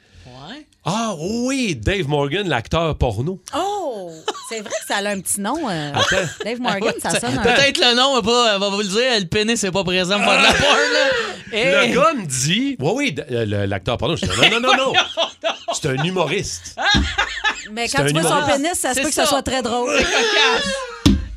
S2: Ah oui, Dave Morgan, l'acteur porno.
S4: Oh! C'est vrai que ça a un petit nom. euh,
S2: Attends.
S4: Dave Morgan, ça sonne un peu.
S3: Peut-être le nom, mais pas, on va vous le dire, le pénis, c'est pas présent pour de la porn, là. Eh, Hey!
S2: Ah! Le gars me dit Ouais, oui, d- euh, le- l'acteur porno. Je dis Non, non, non, non. C'est un humoriste.
S4: Mais
S2: C'est
S4: quand
S2: un
S4: tu vois son
S2: humoriste.
S4: pénis, ça se
S3: C'est
S4: peut que ça
S3: ça.
S4: soit très drôle.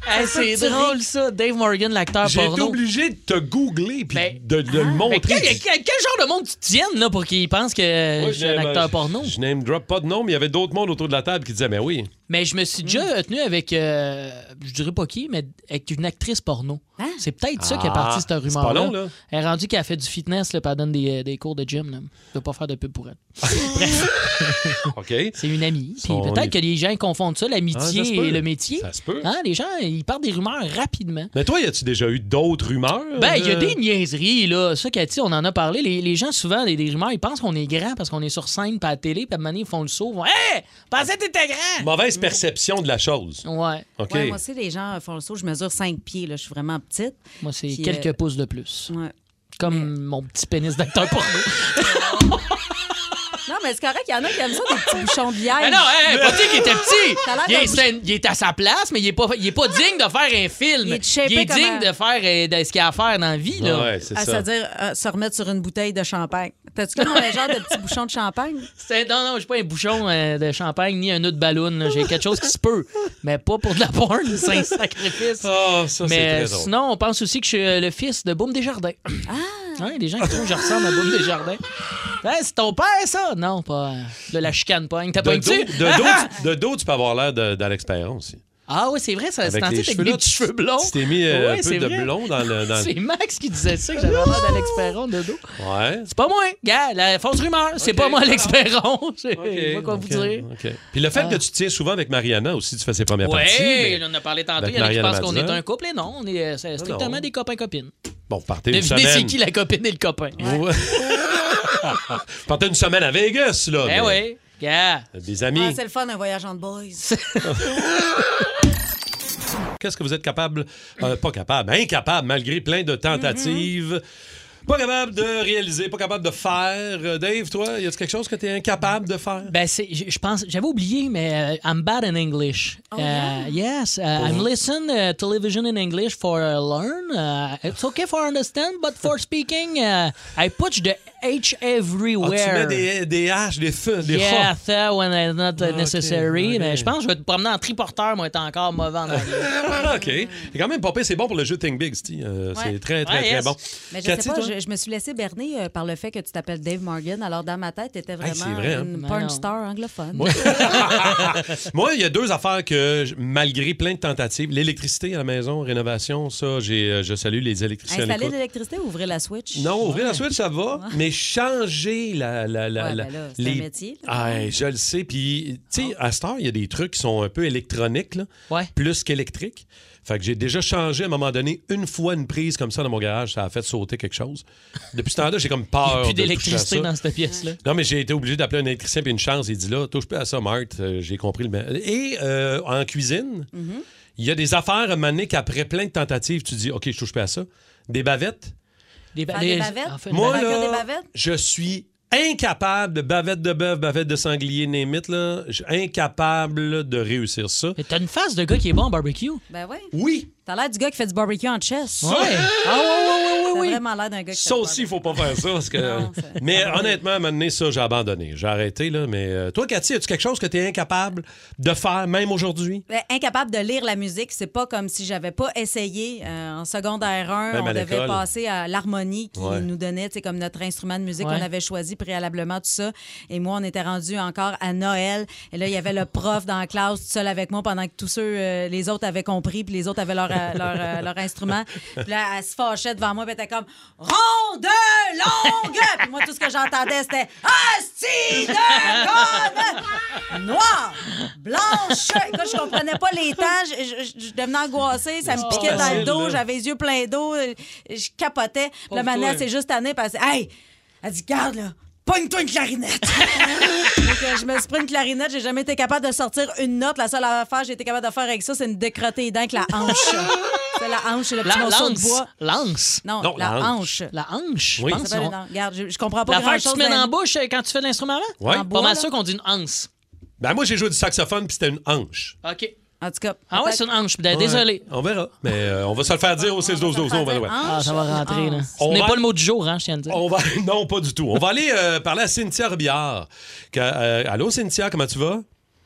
S3: Hey,
S4: Ça se peut
S3: eh, c'est
S4: que tu ris.
S3: drôle, ça. Dave Morgan, l'acteur
S2: J'ai été
S3: Ah, porno. Ben, ah.
S2: obligé de te googler puis de, de le montrer.
S3: Mais quel, quel- quel genre de monde tu tiennes, là, pour qu'il pense que
S2: Moi, euh,
S3: je suis un
S2: n'aime-
S3: acteur porno?
S2: Je name drop pas de nom, mais il y avait d'autres mondes autour de la table qui disaient Mais oui.
S4: Hmm.
S3: Mais je me suis déjà tenu avec, euh, je dirais pas qui, mais avec une actrice porno. C'est peut-être ça qui est
S2: Ah,
S3: parti, cette
S2: c'est pas
S3: rumeur-là.
S2: long, là.
S3: Elle est rendue qu'elle fait du fitness, là, puis elle donne des, des cours de gym. Là. Je veux pas faire de pub pour elle. Ah.
S2: OK.
S3: C'est une amie. Puis
S2: Son-
S3: peut-être que les gens confondent ça, l'amitié
S2: Ah, ça se peut.
S3: et le métier.
S2: Ça se peut.
S3: Hein, les gens, ils parlent des rumeurs rapidement.
S2: Mais toi, y a-tu déjà eu d'autres rumeurs?
S3: Ben, il y a
S2: euh,
S3: des niaiseries, là. Ça, Cathy, on en a parlé. Les, les gens, souvent, des, des rumeurs, ils pensent qu'on est grand parce qu'on est sur scène, pas à la télé, puis à un moment donné, ils font le saut. ils vont, Hey! Pensais que t'étais grand!
S2: Mauvaise perception de la chose.
S3: Ouais.
S2: OK.
S4: Ouais, moi aussi, les gens font le saut. Je mesure 5 pieds. Là. Je suis vraiment petite.
S3: Moi, c'est
S4: Puis,
S3: quelques
S4: euh,
S3: pouces de plus.
S4: Ouais.
S3: Comme mon petit pénis d'acteur pour
S4: Non, mais c'est correct. Il y en a qui aiment ça, des petits bouchons de liège.
S3: Mais non, hey, pas dire qu'il était petit.
S4: T'as l'air
S3: Il
S4: d'un
S3: est, c'est un- il est à sa place, mais il est pas, il est pas digne de faire un film.
S4: Il est shapé comme
S3: digne
S4: un-
S3: de faire euh, de ce qu'il a à faire dans la vie. Là.
S2: Ouais, c'est
S4: Ah, C'est-à-dire euh, se remettre sur une bouteille de champagne. T'as-tu comme un genre de petit bouchon de champagne?
S3: C'est- non, non, j'ai pas un bouchon euh, de champagne ni un nœud de ballon. là. J'ai quelque chose qui se peut, mais pas pour de la porn, c'est un sacrifice.
S2: Ah, ça, c'est
S3: mais
S2: très drôle.
S3: sinon, on pense aussi que je suis euh, le fils de Boum Desjardins. Ah! des gens qui trouvent que je ressemble à Boum Desjardins. Hey, c'est ton père, ça? Non, pas. euh, De la chicane pogne. T'as
S2: De
S3: pas
S2: dos, de, dos, tu- de dos, tu peux avoir l'air de- d'Alex Perron aussi.
S3: Ah oui, c'est vrai, ça c'est
S2: Avec
S3: antique
S2: les
S3: avec
S2: cheveux,
S3: des
S2: là,
S3: petits
S2: tu-
S3: cheveux blonds.
S2: tu t'es mis, euh, un
S3: Ouais,
S2: peu
S3: c'est
S2: de
S3: vrai.
S2: blond dans le- dans le-
S3: C'est Max qui disait ça, que j'avais l'air d'Alex Perron de dos.
S2: Ouais.
S3: C'est pas moi, gars, la fausse rumeur, c'est pas moi Alex Perron. C'est pas qu'on vous dire.
S2: OK. Puis le fait
S3: Ah.
S2: que tu te tiens souvent avec Mariana aussi, tu fais ses premières
S3: Ouais,
S2: parties. mais-
S3: on en a parlé tantôt.
S2: Avec
S3: Il y en a qui
S2: Marianne
S3: pensent qu'on est
S2: Mazza.
S3: un couple et non, on est euh, c'est strictement des copains-copines.
S2: Bon, vous partez une
S3: Devinez
S2: semaine.
S3: c'est qui la copine et le copain.
S2: Vous- Vous partez une semaine à Vegas, là.
S3: Eh
S2: mais-
S3: oui, gars.
S2: Des amis.
S4: Ah, c'est le fun, un voyage entre boys.
S2: Qu'est-ce que vous êtes capable, euh, pas capable, incapable, malgré plein de tentatives,
S4: Mm-hmm.
S2: pas capable de réaliser, pas capable de faire. Euh, Dave, toi, y a quelque chose que t'es incapable de faire?
S3: Ben, c'est, je je pense, j'avais oublié, mais euh, I'm bad in English.
S4: Oh,
S3: Uh, Yes, uh, I'm listen uh, television in English for uh, learn. Uh, it's okay for understand, but for speaking, uh, I put the H
S2: Ah,
S3: everywhere.
S2: tu mets des, des haches, des feux, des
S3: Yeah,
S2: rats.
S3: that when it's not uh,
S2: Ah, ok,
S3: necessary.
S2: ok. Ah,
S3: Mais je pense que je vais te promener en triporteur, moi, être encore mauvais en anglais.
S2: OK. C'est quand même pas pire. C'est bon pour le jeu Think Big, Sti. Euh,
S4: Ouais.
S2: C'est très, très,
S3: Ouais,
S2: très
S3: yes.
S2: bon.
S4: Mais je
S2: Cathy,
S4: sais pas,
S2: toi?
S4: je, je me suis laissé berner euh, par le fait que tu t'appelles Dave Morgan. Alors, dans ma tête, t'étais vraiment
S2: c'est vrai, hein?
S4: une
S2: Mais
S4: porn
S3: non.
S4: star anglophone.
S2: Moi, Moi, il y a deux affaires que, je- malgré plein de tentatives, l'électricité à la maison, rénovation, ça, j'ai, euh, je salue les électriciens. à
S4: Installer
S2: l'écoute.
S4: l'électricité ou ouvrir la switch?
S2: Non, ouvrir la switch, ça va, mais changer la. la, la,
S4: Ah. Ouais,
S2: la-
S4: ben là, Ah. c'est un métier,
S2: Ah, je le sais. Puis, tu sais, à cette heure, il y a des trucs qui sont un peu électroniques, là, plus qu'électriques. Fait que j'ai déjà changé à un moment donné une fois une prise comme ça dans mon garage, ça a fait sauter quelque chose. Depuis ce temps-là, j'ai comme peur.
S3: Plus
S2: de toucher à ça.
S3: d'électricité dans cette pièce-là.
S2: Non, mais j'ai été obligé d'appeler un électricien puis une chance. Il dit là, touche plus à ça, Marthe. Euh, j'ai compris le. ma- Et euh, en cuisine, il
S4: Mm-hmm.
S2: y a des affaires à mener qu'après plein de tentatives, tu dis OK, je touche plus à ça. Des bavettes.
S3: Des, ba-
S4: Faire des
S3: des-
S4: bavettes?
S3: en fait,
S2: Moi,
S4: Faire
S2: là,
S4: des bavettes?
S2: je suis incapable de bavette de bœuf, bavette de sanglier, némite, là. Je suis incapable de réussir ça.
S3: Mais t'as une face de gars qui est bon en barbecue.
S4: Ben oui.
S2: Oui.
S4: T'as l'air du gars qui fait du barbecue en chess.
S3: Ouais. Ah ouais, ouais, ouais, ouais,
S4: T'as
S3: oui.
S4: vraiment l'air d'un gars qui fait
S2: Ça aussi, il faut pas faire ça. Parce que... mais honnêtement, à un moment donné, ça, j'ai abandonné. J'ai arrêté, là. Mais euh, toi, Cathy, as-tu quelque chose que tu es incapable de faire, même aujourd'hui?
S4: Ben, incapable de lire la musique, c'est pas comme si j'avais pas essayé. Euh, en secondaire 1,
S2: Même
S4: on
S2: à
S4: devait
S2: l'école.
S4: passer à l'harmonie qui
S2: Ouais.
S4: nous donnait, tu sais, comme notre instrument de musique
S3: Ouais.
S4: qu'on avait choisi préalablement, tout ça. Et moi, on était rendu encore à Noël. Et là, il y avait le prof dans la classe, tout seul avec moi, pendant que tous ceux, euh, les autres avaient compris, puis les autres avaient leur, euh, leur, euh, leur instrument. Puis là, elle se fâchait devant moi, puis elle était comme Ronde longue! Puis moi, tout ce que j'entendais, c'était Asti de ronde noire! blanche. Écoute, je comprenais pas les temps. Je, je- je devenais angoissée. Ça me piquait dans le
S2: facile,
S4: dos.
S2: là.
S4: J'avais les yeux pleins d'eau. euh, Je capotais. Puis
S3: Pauvre
S4: La manière,
S3: toi.
S4: c'est juste année. Puis elle dit, Hey! Elle dit, garde, là. Pogne-toi une clarinette! Donc, euh, je me suis pris une clarinette, j'ai jamais été capable de sortir une note. La seule affaire que j'ai été capable de faire avec ça, c'est une décrotter les dents avec la hanche. c'est la hanche, le petit
S3: La
S4: morceau de
S3: lance.
S4: bois.
S3: Lance.
S4: Non, la, hanche.
S3: La hanche, je
S2: Oui.
S3: pense.
S4: Ça s'appelle
S3: on-
S4: une hanche. Regarde, je, je comprends pas
S3: L'affaire que tu
S4: grand-chose,
S3: te mets
S4: mais-
S3: dans la bouche euh, quand tu fais l'instrument avant?
S2: Ouais. En
S3: Pas
S4: bois,
S3: mal
S4: là.
S3: sûr qu'on dit une hanse.
S2: Ben, moi, j'ai joué du saxophone, puis c'était une hanche.
S3: OK.
S4: En tout cas.
S3: Ah ouais,
S4: peut-être-
S3: c'est une hanche. Ben,
S2: Ouais.
S3: Désolé.
S2: On verra. Mais euh, on va se le faire dire Hein? au 6 12 12 on va le voir.
S3: Ah, ça va rentrer, là. Ce
S2: On
S3: n'est
S2: va-
S3: pas le mot du jour, hein, je tiens à dire.
S2: On va... Non, pas du tout. On va aller euh, parler à Cynthia Robillard. Que- euh, allô, Cynthia, comment tu vas?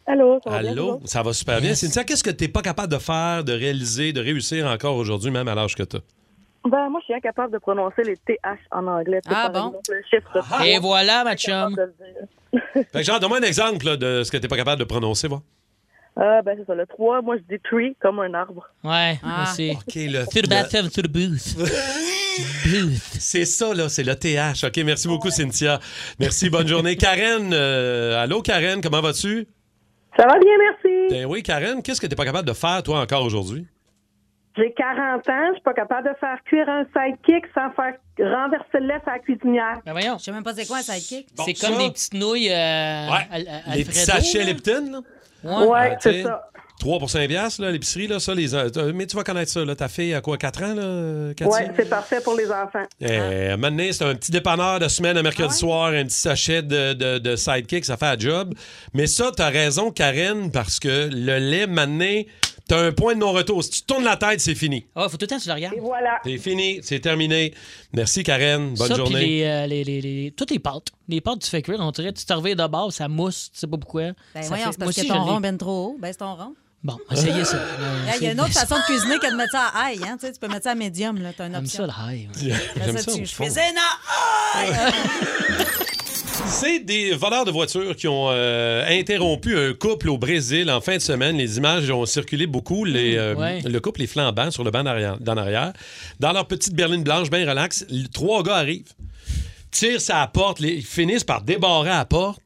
S17: Allô, ça va bien,
S2: Allô,
S17: vous
S2: ça va super bien. Cynthia, qu'est-ce que tu n'es pas capable de faire, de réaliser, de réussir encore aujourd'hui, même à l'âge que tu as?
S17: autres? Ben, moi, je suis incapable de prononcer les TH en anglais. C'est
S3: Ah,
S17: par
S3: bon?
S17: exemple le chiffre trois.
S3: Et voilà, ma chum.
S2: Fait que, genre, donne-moi un exemple là, de ce que tu n'es pas capable de prononcer, va.
S17: Ah, ben c'est ça. Le 3, moi, je dis tree comme un arbre.
S3: Ouais,
S4: Ah.
S3: aussi.
S2: OK, Oh. le...
S3: Through the bathroom, through the booth.
S2: C'est ça, là, c'est le TH. OK, merci beaucoup, Cynthia. Merci, bonne journée. Karen, euh, allô, Karen, comment vas-tu?
S17: Ça va bien, merci.
S2: Ben oui, Karen, qu'est-ce que t'es pas capable de faire, toi, encore aujourd'hui?
S17: J'ai 40 ans, je suis pas capable de faire cuire un sidekick sans faire renverser le lait sur la cuisinière.
S3: Ben voyons.
S4: Je sais même pas c'est quoi un sidekick.
S3: C'est comme des petites nouilles. euh, Al- Al-
S2: Les petits
S3: Alfredo,
S2: sachets
S3: là.
S2: Lipton, là?
S3: Ouais. Ouais,
S2: tu sais,
S3: c'est ça.
S2: 3 pour 5 piastres, là, l'épicerie, là, ça, les... euh, Mais tu vas connaître ça, là, ta fille à quoi, 4 ans, là, Cathy?
S17: Ouais, c'est parfait pour les enfants.
S2: Eh, à un moment donné, c'est un petit dépanneur de semaine à mercredi soir, un petit sachet de, de- de sidekick, ça fait un job. Mais ça, t'as raison, Karen, parce que le lait, maintenant, t'as un point de non-retour. Si tu tournes la tête, c'est fini.
S3: Ah, faut tout le temps que tu le regardes. Et
S17: voilà.
S2: C'est fini, c'est terminé. Merci, Karen. Bonne
S3: ça, puis
S2: journée.
S3: les, euh, les- les- les- toutes les pâtes. Les pâtes, tu fais cuire, on dirait, tu te reviens de bord, ça mousse, tu sais pas pourquoi.
S4: Ben
S3: Ça
S4: voyons,
S3: fait- moi
S4: c'est parce que
S3: aussi,
S4: ton
S3: je l'ai.
S4: rond ben trop haut. Ben, c'est ton rond.
S3: Bon, essayez ça. Euh,
S4: Il y a une
S3: c'est-
S4: autre façon de cuisiner que de mettre ça à ail. Hein? Tu, sais, tu peux mettre ça à médium. là. T'as une
S3: J'aime ça,
S4: option.
S3: le high.
S4: Après
S2: J'aime
S4: ça, Ah
S2: ça, au
S4: tu- je
S2: fond.
S4: faisais un ail!
S2: C'est des voleurs de voitures qui ont euh, interrompu un couple au Brésil en fin de semaine. Les images ont circulé beaucoup. Les, euh,
S3: ouais.
S2: Le couple est flambant sur le banc d'arrière- d'en arrière. Dans leur petite berline blanche, bien relax, l- trois gars arrivent, tirent sa porte, les- ils finissent par débarrer à la porte.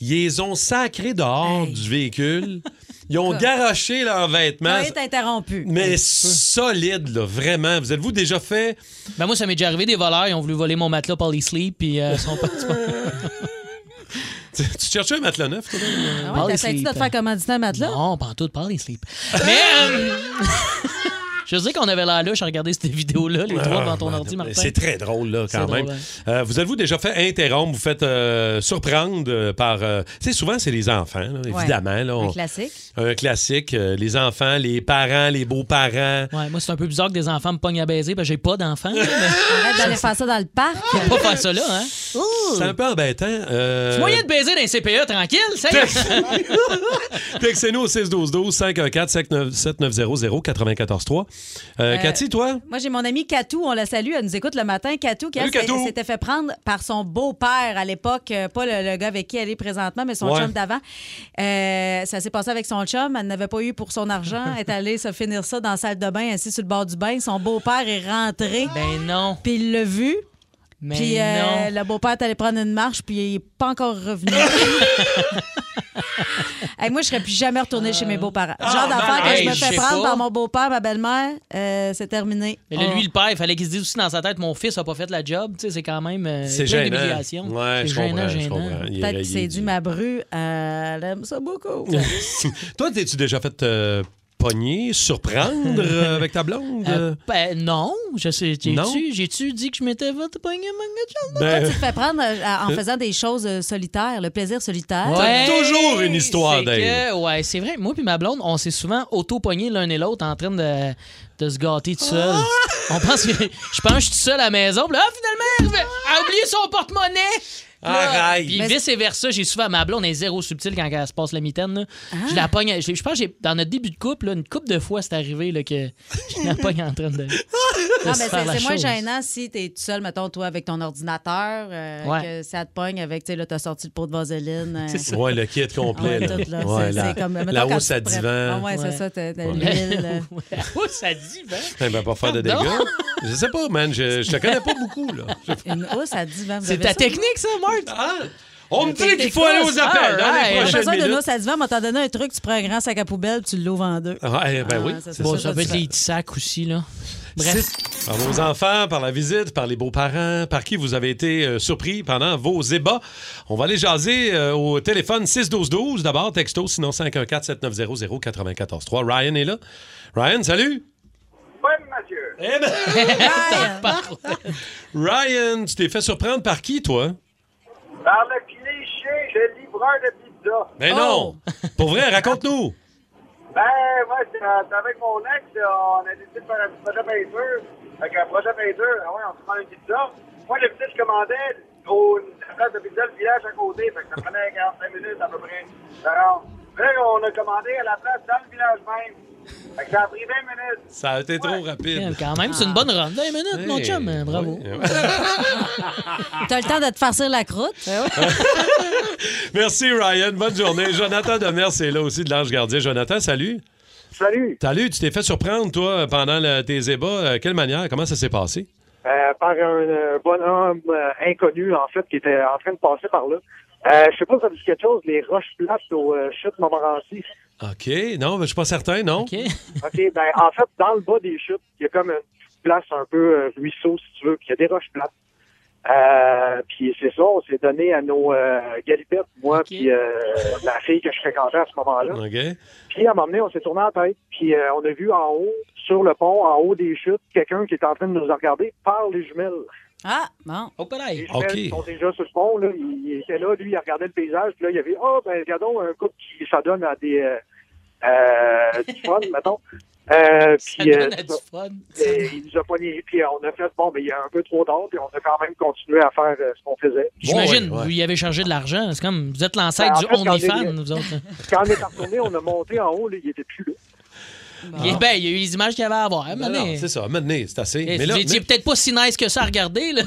S2: Ils les ont sacrés dehors du véhicule. Ils ont garoché leurs vêtements.
S4: Ça est interrompu. Ah
S2: Mais solide, là, vraiment. Vous êtes-vous déjà fait...
S3: Ben moi, ça m'est déjà arrivé des voleurs, ils ont voulu voler mon matelas pour les sleep, puis euh, ils sont pas.
S2: tu tu cherchais un matelas neuf, toi?
S4: Ah
S3: Parley
S4: ouais, T'essayes-tu de te
S3: Sleep.
S4: faire commanditer un matelas?
S3: Non, pas en tout, parle sleep. Mais euh, je sais qu'on avait la louche à regarder cette vidéo-là, les trois
S2: Ah,
S3: devant ton
S2: man,
S3: ordi,
S2: mais
S3: Martin.
S2: C'est très drôle, là, quand
S3: C'est
S2: même.
S3: drôle, hein.
S2: Euh, vous avez-vous déjà fait interrompre, vous faites euh, surprendre euh, par. euh, tu sais, souvent, c'est les enfants, là, évidemment. là, on-
S4: Un classique.
S2: un classique, euh, les enfants, les parents, les beaux-parents.
S3: Ouais, moi, c'est un peu bizarre que des enfants me pognent à baiser, parce que j'ai pas d'enfants. là, mais
S4: Arrête d'aller faire ça dans le parc.
S3: faut pas faire ça là, hein.
S2: Euh, C'est un peu embêtant. euh,
S3: C'est moyen de baiser dans les CPE, tranquille, ça y est.
S2: Textez-nous au 612-12-514-7900-943. Euh,
S4: Euh,
S2: Cathy, toi?
S4: Moi, j'ai mon amie Katou, on la salue, elle nous écoute le matin. Katou, qui elle,
S2: Salut, Katou.
S4: s'est- s'était fait prendre par son beau-père à l'époque, euh, pas le, le gars avec qui elle est présentement, mais son
S2: Ouais.
S4: chum d'avant. Euh, ça s'est passé avec son chum, elle n'avait pas eu pour son argent, elle est allée se finir ça dans la salle de bain, assis sur le bord du bain. Son beau-père est rentré.
S3: Ben non.
S4: Puis il l'a vu.
S3: Mais
S4: puis euh,
S3: non.
S4: le beau-père est allé prendre une marche, puis il n'est pas encore revenu. Hey, moi, je serais plus jamais retournée chez mes beaux-parents. Le Genre
S3: Ah,
S4: d'affaire
S3: ben,
S4: que
S3: hey,
S4: je me
S3: je
S4: fais
S3: sais
S4: prendre
S3: pas.
S4: par mon beau-père, ma belle-mère, euh, c'est terminé.
S3: Mais là,
S4: On-
S3: lui, le père, il fallait qu'il se dise aussi dans sa tête, mon fils a pas fait la job. Tu sais, c'est quand même euh,
S2: C'est
S3: plein
S2: gênant.
S3: d'humiliation.
S2: Ouais,
S3: c'est
S2: je
S3: gênant,
S2: comprends, je
S3: gênant.
S2: comprends. Il est-
S4: Oh, Peut-être qu'il
S2: il
S4: s'est
S2: est
S4: dit, ma bru, euh, elle aime ça beaucoup.
S2: toi, t'es-tu déjà fait euh, pogner, surprendre euh, avec ta blonde?
S3: Euh, ben, non, je sais.
S2: Non?
S3: J'ai-tu, j'ai-tu dit que je m'étais fait pogner, mon
S2: Ben-
S4: Toi, tu te fais prendre euh, en
S2: Euh.
S4: faisant des choses euh, solitaires, le plaisir solitaire.
S3: Ouais,
S2: T'as toujours une histoire
S3: c'est
S2: d'elle.
S3: que- Ouais, c'est vrai. Moi puis ma blonde, on s'est souvent auto-pognés l'un et l'autre en train de, de se gâter tout seul.
S2: Ah!
S3: On pense que je pense que je suis tout seul à la maison. Puis là, ah, finalement, elle a oublié son porte-monnaie. Là,
S2: Arrête.
S3: Puis
S2: Mais-
S3: vice-versa, j'ai souvent ma blonde, elle est zéro subtile quand elle se passe la mitaine. là. Je la pogne. Je, je pense que j'ai- dans notre début de couple, là, une couple de fois, c'est arrivé là, que je la pogne en train de. de
S4: Non,
S3: se
S4: mais
S3: faire
S4: c'est
S3: la
S4: c'est moins
S3: chose.
S4: gênant si t'es tout seul, mettons, toi, avec ton ordinateur, euh,
S3: Ouais.
S4: que ça te pogne avec, tu sais, là, t'as sorti le pot de vaseline. euh,
S2: Ouais, le kit complet.
S4: Ouais,
S2: là.
S4: tout, là, c'est-
S2: Ouais,
S4: c'est comme- mettons,
S2: la
S4: quand
S2: hausse
S4: tu
S2: à
S4: te prêtes-
S2: divan.
S4: Ah ouais, c'est ça, t'as- t'as l'huile, euh.
S3: Ouais, ouais, ça dit, ben.
S2: Elle va pas faire de
S3: Pardon?
S2: dégâts. Je sais pas, man. Je, je te connais pas beaucoup, là.
S4: Une hausse à divan. vous
S3: C'est
S4: avez
S3: ta
S4: ça?
S3: technique, ça, Marc?
S2: Ah! On me dit qu'il faut aller aux appels dans les
S4: J'ai
S2: prochaines
S4: besoin d'une
S2: minutes.
S4: hausse à divan, mais t'en donné un truc, tu prends un grand sac à poubelle, tu l'ouvres en deux.
S2: Ah, eh ben oui.
S4: Ah, ça,
S2: c'est
S3: Bon,
S2: ça.
S3: ça peut être les petits sacs aussi, là. Bref.
S2: Par vos enfants, par la visite, par les beaux-parents, par qui vous avez été euh, surpris pendant vos ébats. On va aller jaser euh, au téléphone 612-12 d'abord, texto, sinon 514-7900-943. Ryan est là. Ryan, salut! Ryan, tu t'es fait surprendre par qui, toi?
S9: Par le cliché, le livreur de pizza.
S2: Mais non!
S3: Oh!
S2: Pour vrai, raconte-nous!
S9: Ben, moi, c'est euh, c'est avec mon ex, euh, on a décidé de faire un petit projet peinture. Avec un projet peinture, ah ouais, on se prend une pizza. Moi, d'habitude, je commandais au, à la place de pizza, le village à côté. Fait que ça prenait 45 minutes à peu près. Alors, Là, on a commandé à la place dans le village même. Fait que ça a pris 20 minutes.
S2: Ça a été trop rapide.
S3: Bien, Quand même, c'est une bonne run. 20 minutes, mon
S2: Hey.
S3: chum. hein, Bravo. Ah.
S4: T'as le temps de te farcir la croûte.
S3: Eh
S2: Merci, Ryan. Bonne journée. Jonathan Demers est là aussi de l'Ange Gardien. Jonathan, salut.
S18: Salut.
S2: Salut, tu t'es fait surprendre, toi, pendant le- tes ébats. Euh, Quelle manière? Comment ça s'est passé?
S18: Euh, par un euh, bonhomme euh, inconnu, en fait, qui était en train de passer par là. Euh, je sais pas si ça vous dit quelque chose, les roches plates au euh, chute Montmorency.
S2: OK. Non, ben, je suis pas certain, non? OK.
S18: OK, ben, en fait, dans le bas des chutes, il y a comme une petite place un peu euh, ruisseau, si tu veux, puis il y a des roches plates. Euh, puis c'est ça, on s'est donné à nos euh, galipettes, moi, puis euh, la fille que je fréquentais à ce moment-là. Puis à un moment donné, on s'est tourné la tête, puis euh, on a vu en haut, sur le pont, en haut des chutes, quelqu'un qui est en train de nous regarder par les jumelles.
S4: Ah, bon.
S18: Les jumelles sont déjà sur le pont, là. Il, il était là, lui, il regardait le paysage, puis là, il y avait, ah, ben, regardons, un couple qui s'adonne à des, euh, euh, du fun, mettons. Euh, puis, euh,
S3: Ça donne du fun.
S18: et il nous a poigné, puis euh, on a fait, bon, ben, il y a un peu trop d'or, puis on a quand même continué à faire euh, ce qu'on faisait.
S3: J'imagine, vous y avez chargé de l'argent. C'est comme, vous êtes l'ancêtre
S18: Ben, en
S3: du
S18: fait, quand j'ai-
S3: OnlyFans, vous autres.
S2: Ah.
S18: Quand on est retourné, on a monté en haut, là, il était plus là.
S3: Il, est- ben, il y a eu les images qu'il y avait à voir. Eh,
S2: Ben non, c'est ça. Maintenant, c'est assez. Mais là,
S3: Vous étiez
S2: mais-
S3: peut-être pas si nice que ça à regarder. Là.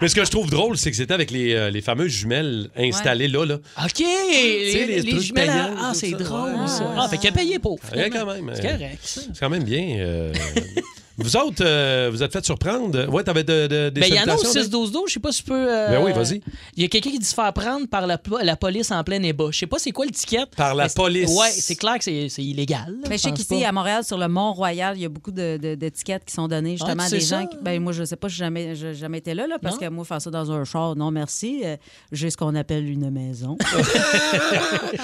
S2: mais ce que je trouve drôle, c'est que c'était avec les, euh, les fameuses jumelles installées là, là.
S3: OK! Les,
S2: les
S3: les
S2: trucs
S3: jumelles. à-
S2: payants,
S3: Ah,
S2: tout
S3: c'est
S2: ça.
S3: drôle,
S2: Ouais,
S3: ça.
S2: ouais,
S3: Ah, fait qu'il a payé pour.
S2: Ouais,
S3: finalement.
S2: quand même. euh,
S3: C'est correct. ça.
S2: C'est quand même bien. euh. vous autres, euh, vous êtes fait surprendre. Ouais, t'avais de, de, des
S3: Ben, il y en a au
S2: salutations,
S3: 6-12-12, je sais pas si tu peux. euh,
S2: Ben oui, vas-y.
S3: Il y a quelqu'un qui dit se faire prendre par la, po- la police en plein ébat. Je sais pas c'est quoi l'étiquette.
S2: Par la
S3: Mais c'est-
S2: police.
S3: Ouais, c'est clair que c'est c'est illégal. là,
S4: Mais je sais
S3: pense
S4: qu'ici,
S3: pas.
S4: à Montréal, sur le Mont-Royal, il y a beaucoup de- de- d'étiquettes qui sont données
S3: Ah,
S4: justement
S3: tu
S4: à
S3: sais
S4: des gens.
S3: ça?
S4: qui- ben, moi, je sais pas, je n'ai jamais, j'ai jamais été là, là parce
S3: Non?
S4: que moi, faire ça dans un char, non merci. Euh, J'ai ce qu'on appelle une maison.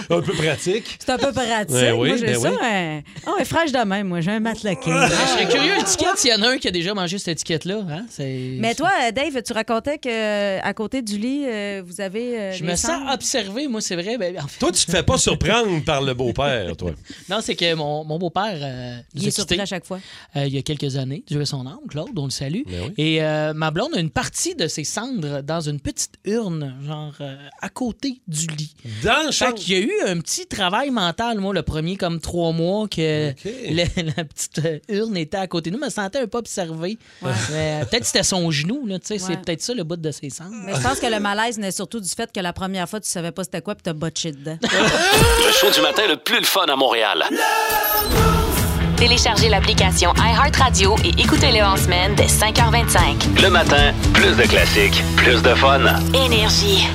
S2: Un peu pratique.
S4: C'est un peu pratique.
S2: Ben oui,
S4: moi, j'ai
S2: ben
S4: ça.
S2: oui. Ah,
S4: Un... Oh, un fraîche de même, moi. J'ai un matelas king.
S3: Ben, Je
S4: Ah.
S3: serais curieux, l'étiquette, s'il y en a un qui a déjà mangé cette étiquette-là. Hein? c'est-
S4: Mais toi, euh, Dave, tu racontais que euh, à côté du lit, euh, vous avez. euh,
S3: Je
S4: des
S3: me sens
S4: cendres.
S3: observé, moi, c'est vrai. Ben, en fait,
S2: Toi, tu te fais pas surprendre par le beau-père, toi.
S3: non, c'est que mon, mon beau-père. euh, nous
S4: Il
S3: a
S4: est surpris
S3: quittés,
S4: à chaque fois.
S2: Ah.
S3: euh, il y a quelques années. Dieu ait son âme, Claude, on le salue.
S2: Ben oui.
S3: Et euh, ma blonde a une partie de ses cendres dans une petite urne, genre euh, à côté du lit.
S2: Dans le
S3: Fait qu'il y a eu un petit travail mental, moi, le premier comme trois mois que la, la petite euh, urne était à côté de nous. Je me sentais un peu observé. Mais, euh, peut-être que c'était son genou, là, tu sais,
S4: Ouais.
S3: c'est peut-être ça le bout de ses cendres.
S4: Mais je pense que le malaise venait surtout du fait que la première fois, tu savais pas c'était quoi, puis t'as botché dedans.
S1: Le show du matin le plus le fun à Montréal.
S8: Téléchargez l'application iHeartRadio et écoutez-le en semaine dès 5h25.
S1: Le matin, plus de classiques, plus de fun.
S8: Énergie.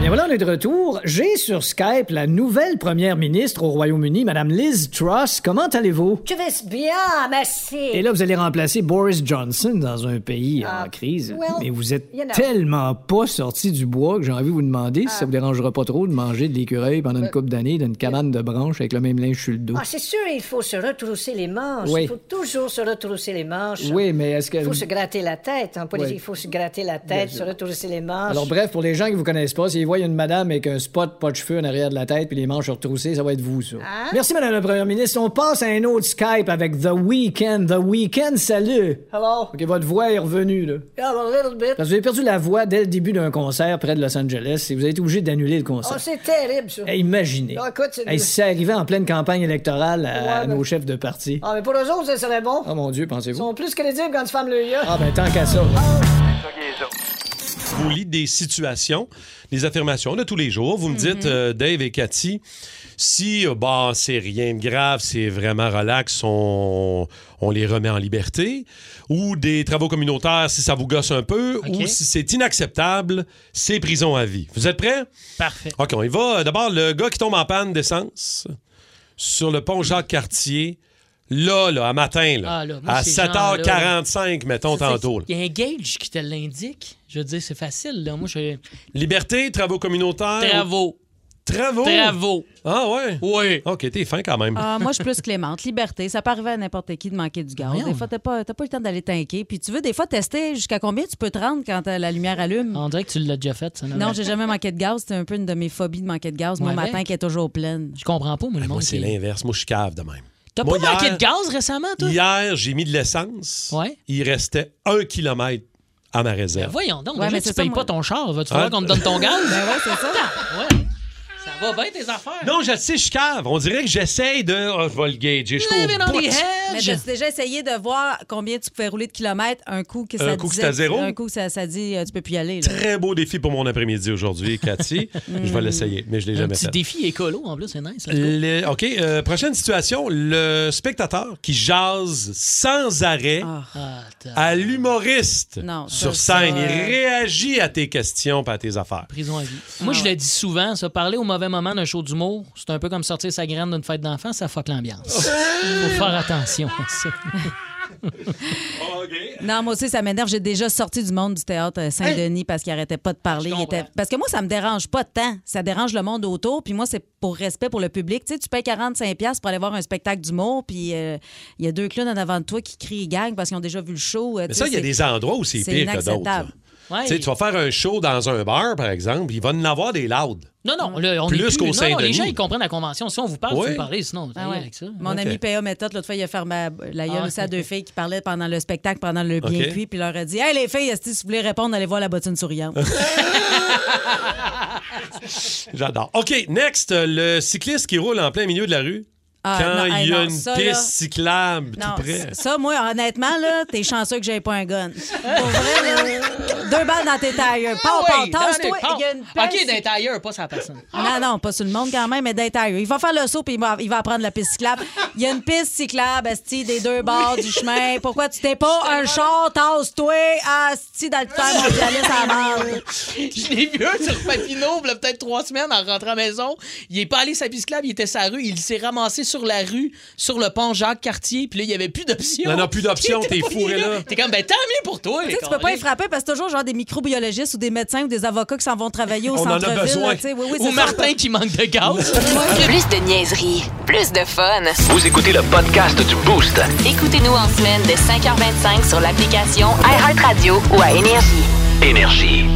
S16: Bien voilà, on est de retour. J'ai sur Skype la nouvelle première ministre au Royaume-Uni, Madame Liz Truss. Comment allez-vous?
S19: Je vais bien, merci.
S16: Et là, vous allez remplacer Boris Johnson dans un pays en crise.
S19: Ah, well,
S16: Mais vous êtes
S19: you know. Ah.
S16: tellement pas sorti du bois que j'ai envie de vous demander si ça vous dérangera pas trop de manger de l'écureuil pendant une couple d'années d'une cabane de branches avec le même linge sur le dos.
S19: Euh. Ah, c'est sûr, il faut se retrousser les manches.
S16: Oui.
S19: Il faut toujours se retrousser les manches.
S16: Oui, mais est-ce que...
S19: Il faut se gratter la tête. En politique,
S16: Oui.
S19: il faut se gratter la
S16: Bien
S19: tête, se
S16: sûr.
S19: retrousser les manches.
S16: Alors bref, pour les gens qui vous connaissent pas, s'ils voient une madame avec un spot pas de cheveux en arrière de la tête puis les manches retroussées, ça va être vous, ça.
S19: Hein?
S16: Merci, madame la première ministre. On passe à un autre Skype avec The Weeknd. The Weeknd, salut!
S19: Hello?
S16: OK, votre voix est revenue, là.
S19: Yeah, a little bit.
S16: Parce que vous avez perdu la voix dès le début d'un concert près de Los Angeles et vous avez été obligé d'annuler le
S19: Oh,
S16: concert.
S19: c'est terrible, ça.
S16: Hey, imaginez.
S19: Ah, écoute, c'est-
S16: Hey, si ça arrivait en pleine campagne électorale à
S19: Ouais, mais-
S16: nos chefs de parti.
S19: Ah, mais pour eux autres, ça serait bon.
S16: Oh mon Dieu,
S19: Ils
S16: pensez-vous?
S19: sont plus crédibles quand tu fermes le yeux.
S16: Ah ben tant qu'à ça.
S2: Je vous lis des situations, des affirmations de tous les jours. Vous me dites, euh, Dave et Cathy, si euh, bah, c'est rien de grave, c'est vraiment relax, on, on les remet en liberté, ou des travaux communautaires si ça vous gosse un peu, ou si c'est inacceptable, c'est prison à vie. Vous êtes prêts?
S3: Parfait.
S2: OK, on y va. Euh, D'abord, le gars qui tombe en panne d'essence sur le pont Jacques-Cartier, là, là, à matin, là,
S3: Ah, là, moi,
S2: à
S3: ces gens-là,
S2: 7h45, mettons, tantôt. là.
S3: Il y a un gauge qui te l'indique. Je veux dire, c'est facile. Là. Moi, je...
S2: Liberté, travaux communautaires.
S3: Travaux.
S4: Oh!
S2: Travaux.
S3: Travaux.
S2: Ah ouais?
S3: Oui.
S2: OK, t'es fin quand même.
S4: Ah, moi, je suis plus clémente. Liberté, ça peut arriver à n'importe qui de manquer du gaz. Des fois, t'as pas, t'as pas le temps d'aller tanker. Puis tu veux des fois tester jusqu'à combien tu peux te rendre quand euh, la lumière allume.
S3: On dirait que tu l'as déjà fait, ça.
S2: Ah.
S4: Non, j'ai jamais manqué de gaz. C'est un peu une de mes phobies de manquer de gaz. Mon
S3: Ouais,
S4: matin
S3: avec.
S4: qui est toujours pleine.
S3: Je comprends pas, moi, le
S2: Moi,
S3: monde.
S2: c'est
S3: qui-
S2: l'inverse. Moi, je suis cave de même.
S3: T'as
S2: Moi,
S3: pas manqué
S2: hier-
S3: de gaz récemment, toi?
S2: Hier, j'ai mis de l'essence. Il restait un kilomètre à ma réserve.
S3: Ben, Voyons donc,
S4: Ouais,
S3: déjà,
S4: mais
S3: tu
S4: c'est
S3: payes
S4: ça,
S3: pas
S4: moi.
S3: ton char. Vas-tu
S2: Hein?
S3: falloir qu'on te donne ton gaz?
S4: Ben ouais, c'est ça.
S3: Ouais. Ça va bien tes affaires.
S2: Non, je sais, je cave. On dirait que j'essaye de. Ah, je vais le gager. Je suis
S3: Living on
S2: au bout.
S3: the
S4: Mais
S3: edge.
S4: tu déjà essayé de voir combien tu pouvais rouler de kilomètres un coup que ça
S2: Un coup que
S4: disait-
S2: c'est à zéro?
S4: Un coup ça, ça dit euh, tu peux plus y aller. là.
S2: Très beau défi pour mon après-midi aujourd'hui, Cathy. je vais l'essayer, mais je l'ai
S3: Un
S2: jamais
S3: petit
S2: fait.
S3: défi écolo, en plus, c'est nice. let's go.
S2: Le- OK, euh, prochaine situation. Le spectateur qui jase sans arrêt
S3: Ah,
S2: à l'humoriste
S3: Non, ça,
S2: sur scène.
S3: ça,
S2: Il
S3: euh,
S2: réagit à tes questions pas à tes affaires.
S3: Prison à vie.
S4: Ah,
S3: Moi, je le dis souvent, ça, parler au mauvais moment d'un show d'humour, c'est un peu comme sortir sa graine d'une fête d'enfants, ça fuck l'ambiance.
S2: Oh.
S3: Faut faire attention à ça.
S4: Non, moi aussi, ça m'énerve. J'ai déjà sorti du monde du théâtre euh, Saint-Denis parce qu'il arrêtait pas de parler. Il était- Parce que moi, ça me dérange pas tant. Ça dérange le monde autour. Puis moi, c'est pour respect pour le public. Tu sais, tu payes 45$ pour aller voir un spectacle d'humour. Puis euh, il y a deux clowns en avant de toi qui crient et gagnent parce qu'ils ont déjà vu le show. euh,
S2: Mais ça, il y a des endroits où c'est pire que d'autres. là. Tu sais, Tu vas faire un show dans un bar, par exemple, il va en avoir des louds.
S3: Non,
S4: Mm.
S3: non, là, on
S2: Plus
S3: est plus...
S2: qu'au
S3: non, non, les
S2: Saint-Denis.
S3: gens, ils comprennent la convention. Si on vous parle,
S2: Ouais.
S3: faut vous parler, sinon,
S4: Ah
S3: t'as
S4: ouais.
S3: avec ça.
S4: Mon
S2: Ok.
S4: ami P.A. Méthode, l'autre fois, il a fermé la gueule
S3: Ah.
S4: aussi à deux filles qui parlaient pendant le spectacle, pendant le bien
S2: Ok.
S4: cuit, puis il leur a dit Hey, les filles, est-ce que si vous voulez répondre, allez voir la bottine souriante.
S2: J'adore. OK, next, euh, le cycliste qui roule en plein milieu de la rue.
S4: Ah,
S2: quand
S4: non, hey,
S2: il y a
S4: non,
S2: une
S4: ça,
S2: piste
S4: là-
S2: cyclable
S4: Non,
S2: tout près.
S4: ça, moi, honnêtement, là, t'es chanceux que j'avais pas un gun. Pour vrai, là, deux balles dans tes tailleurs. Pas,
S3: Ah oui,
S4: pas,
S3: dans
S4: toi
S3: les portes.
S4: il y a une
S3: OK, d'un tailleur, pas sa personne.
S4: Non, non, pas sur le monde quand même, mais d'un tailleur. Il va faire le saut puis il va, il va prendre la piste cyclable. Il y a une piste cyclable, Asti, des deux bords du chemin. Pourquoi tu t'es pas un char, tasse-toi, Asti, dans le temps, mon pianiste à la barre.
S3: Je l'ai vu un sur Papineau, il y a peut-être trois semaines, en rentrant à la maison. Il est pas allé sa pisclave, il était sa rue. Il s'est ramassé sur la rue, sur le pont Jacques-Cartier, puis là, il y avait plus d'options.
S2: Non, non, plus d'options,
S3: Il était
S2: t'es
S3: pas
S2: fourré là.
S3: T'es comme, ben tant mieux pour toi.
S4: Tu sais, tu peux pas y frapper parce que c'est toujours genre des microbiologistes ou des médecins ou des avocats qui s'en vont travailler au
S3: On en a
S4: centre-ville.
S3: besoin.
S4: là, tu sais. Oui, oui,
S3: Ou
S4: c'est ça.
S3: Martin qui manque de gaz.
S8: Plus de niaiserie, plus de fun.
S1: Vous écoutez le podcast du Boost.
S8: Écoutez-nous en semaine de 5h25 sur l'application iHeartRadio ou à Énergie.
S1: Énergie.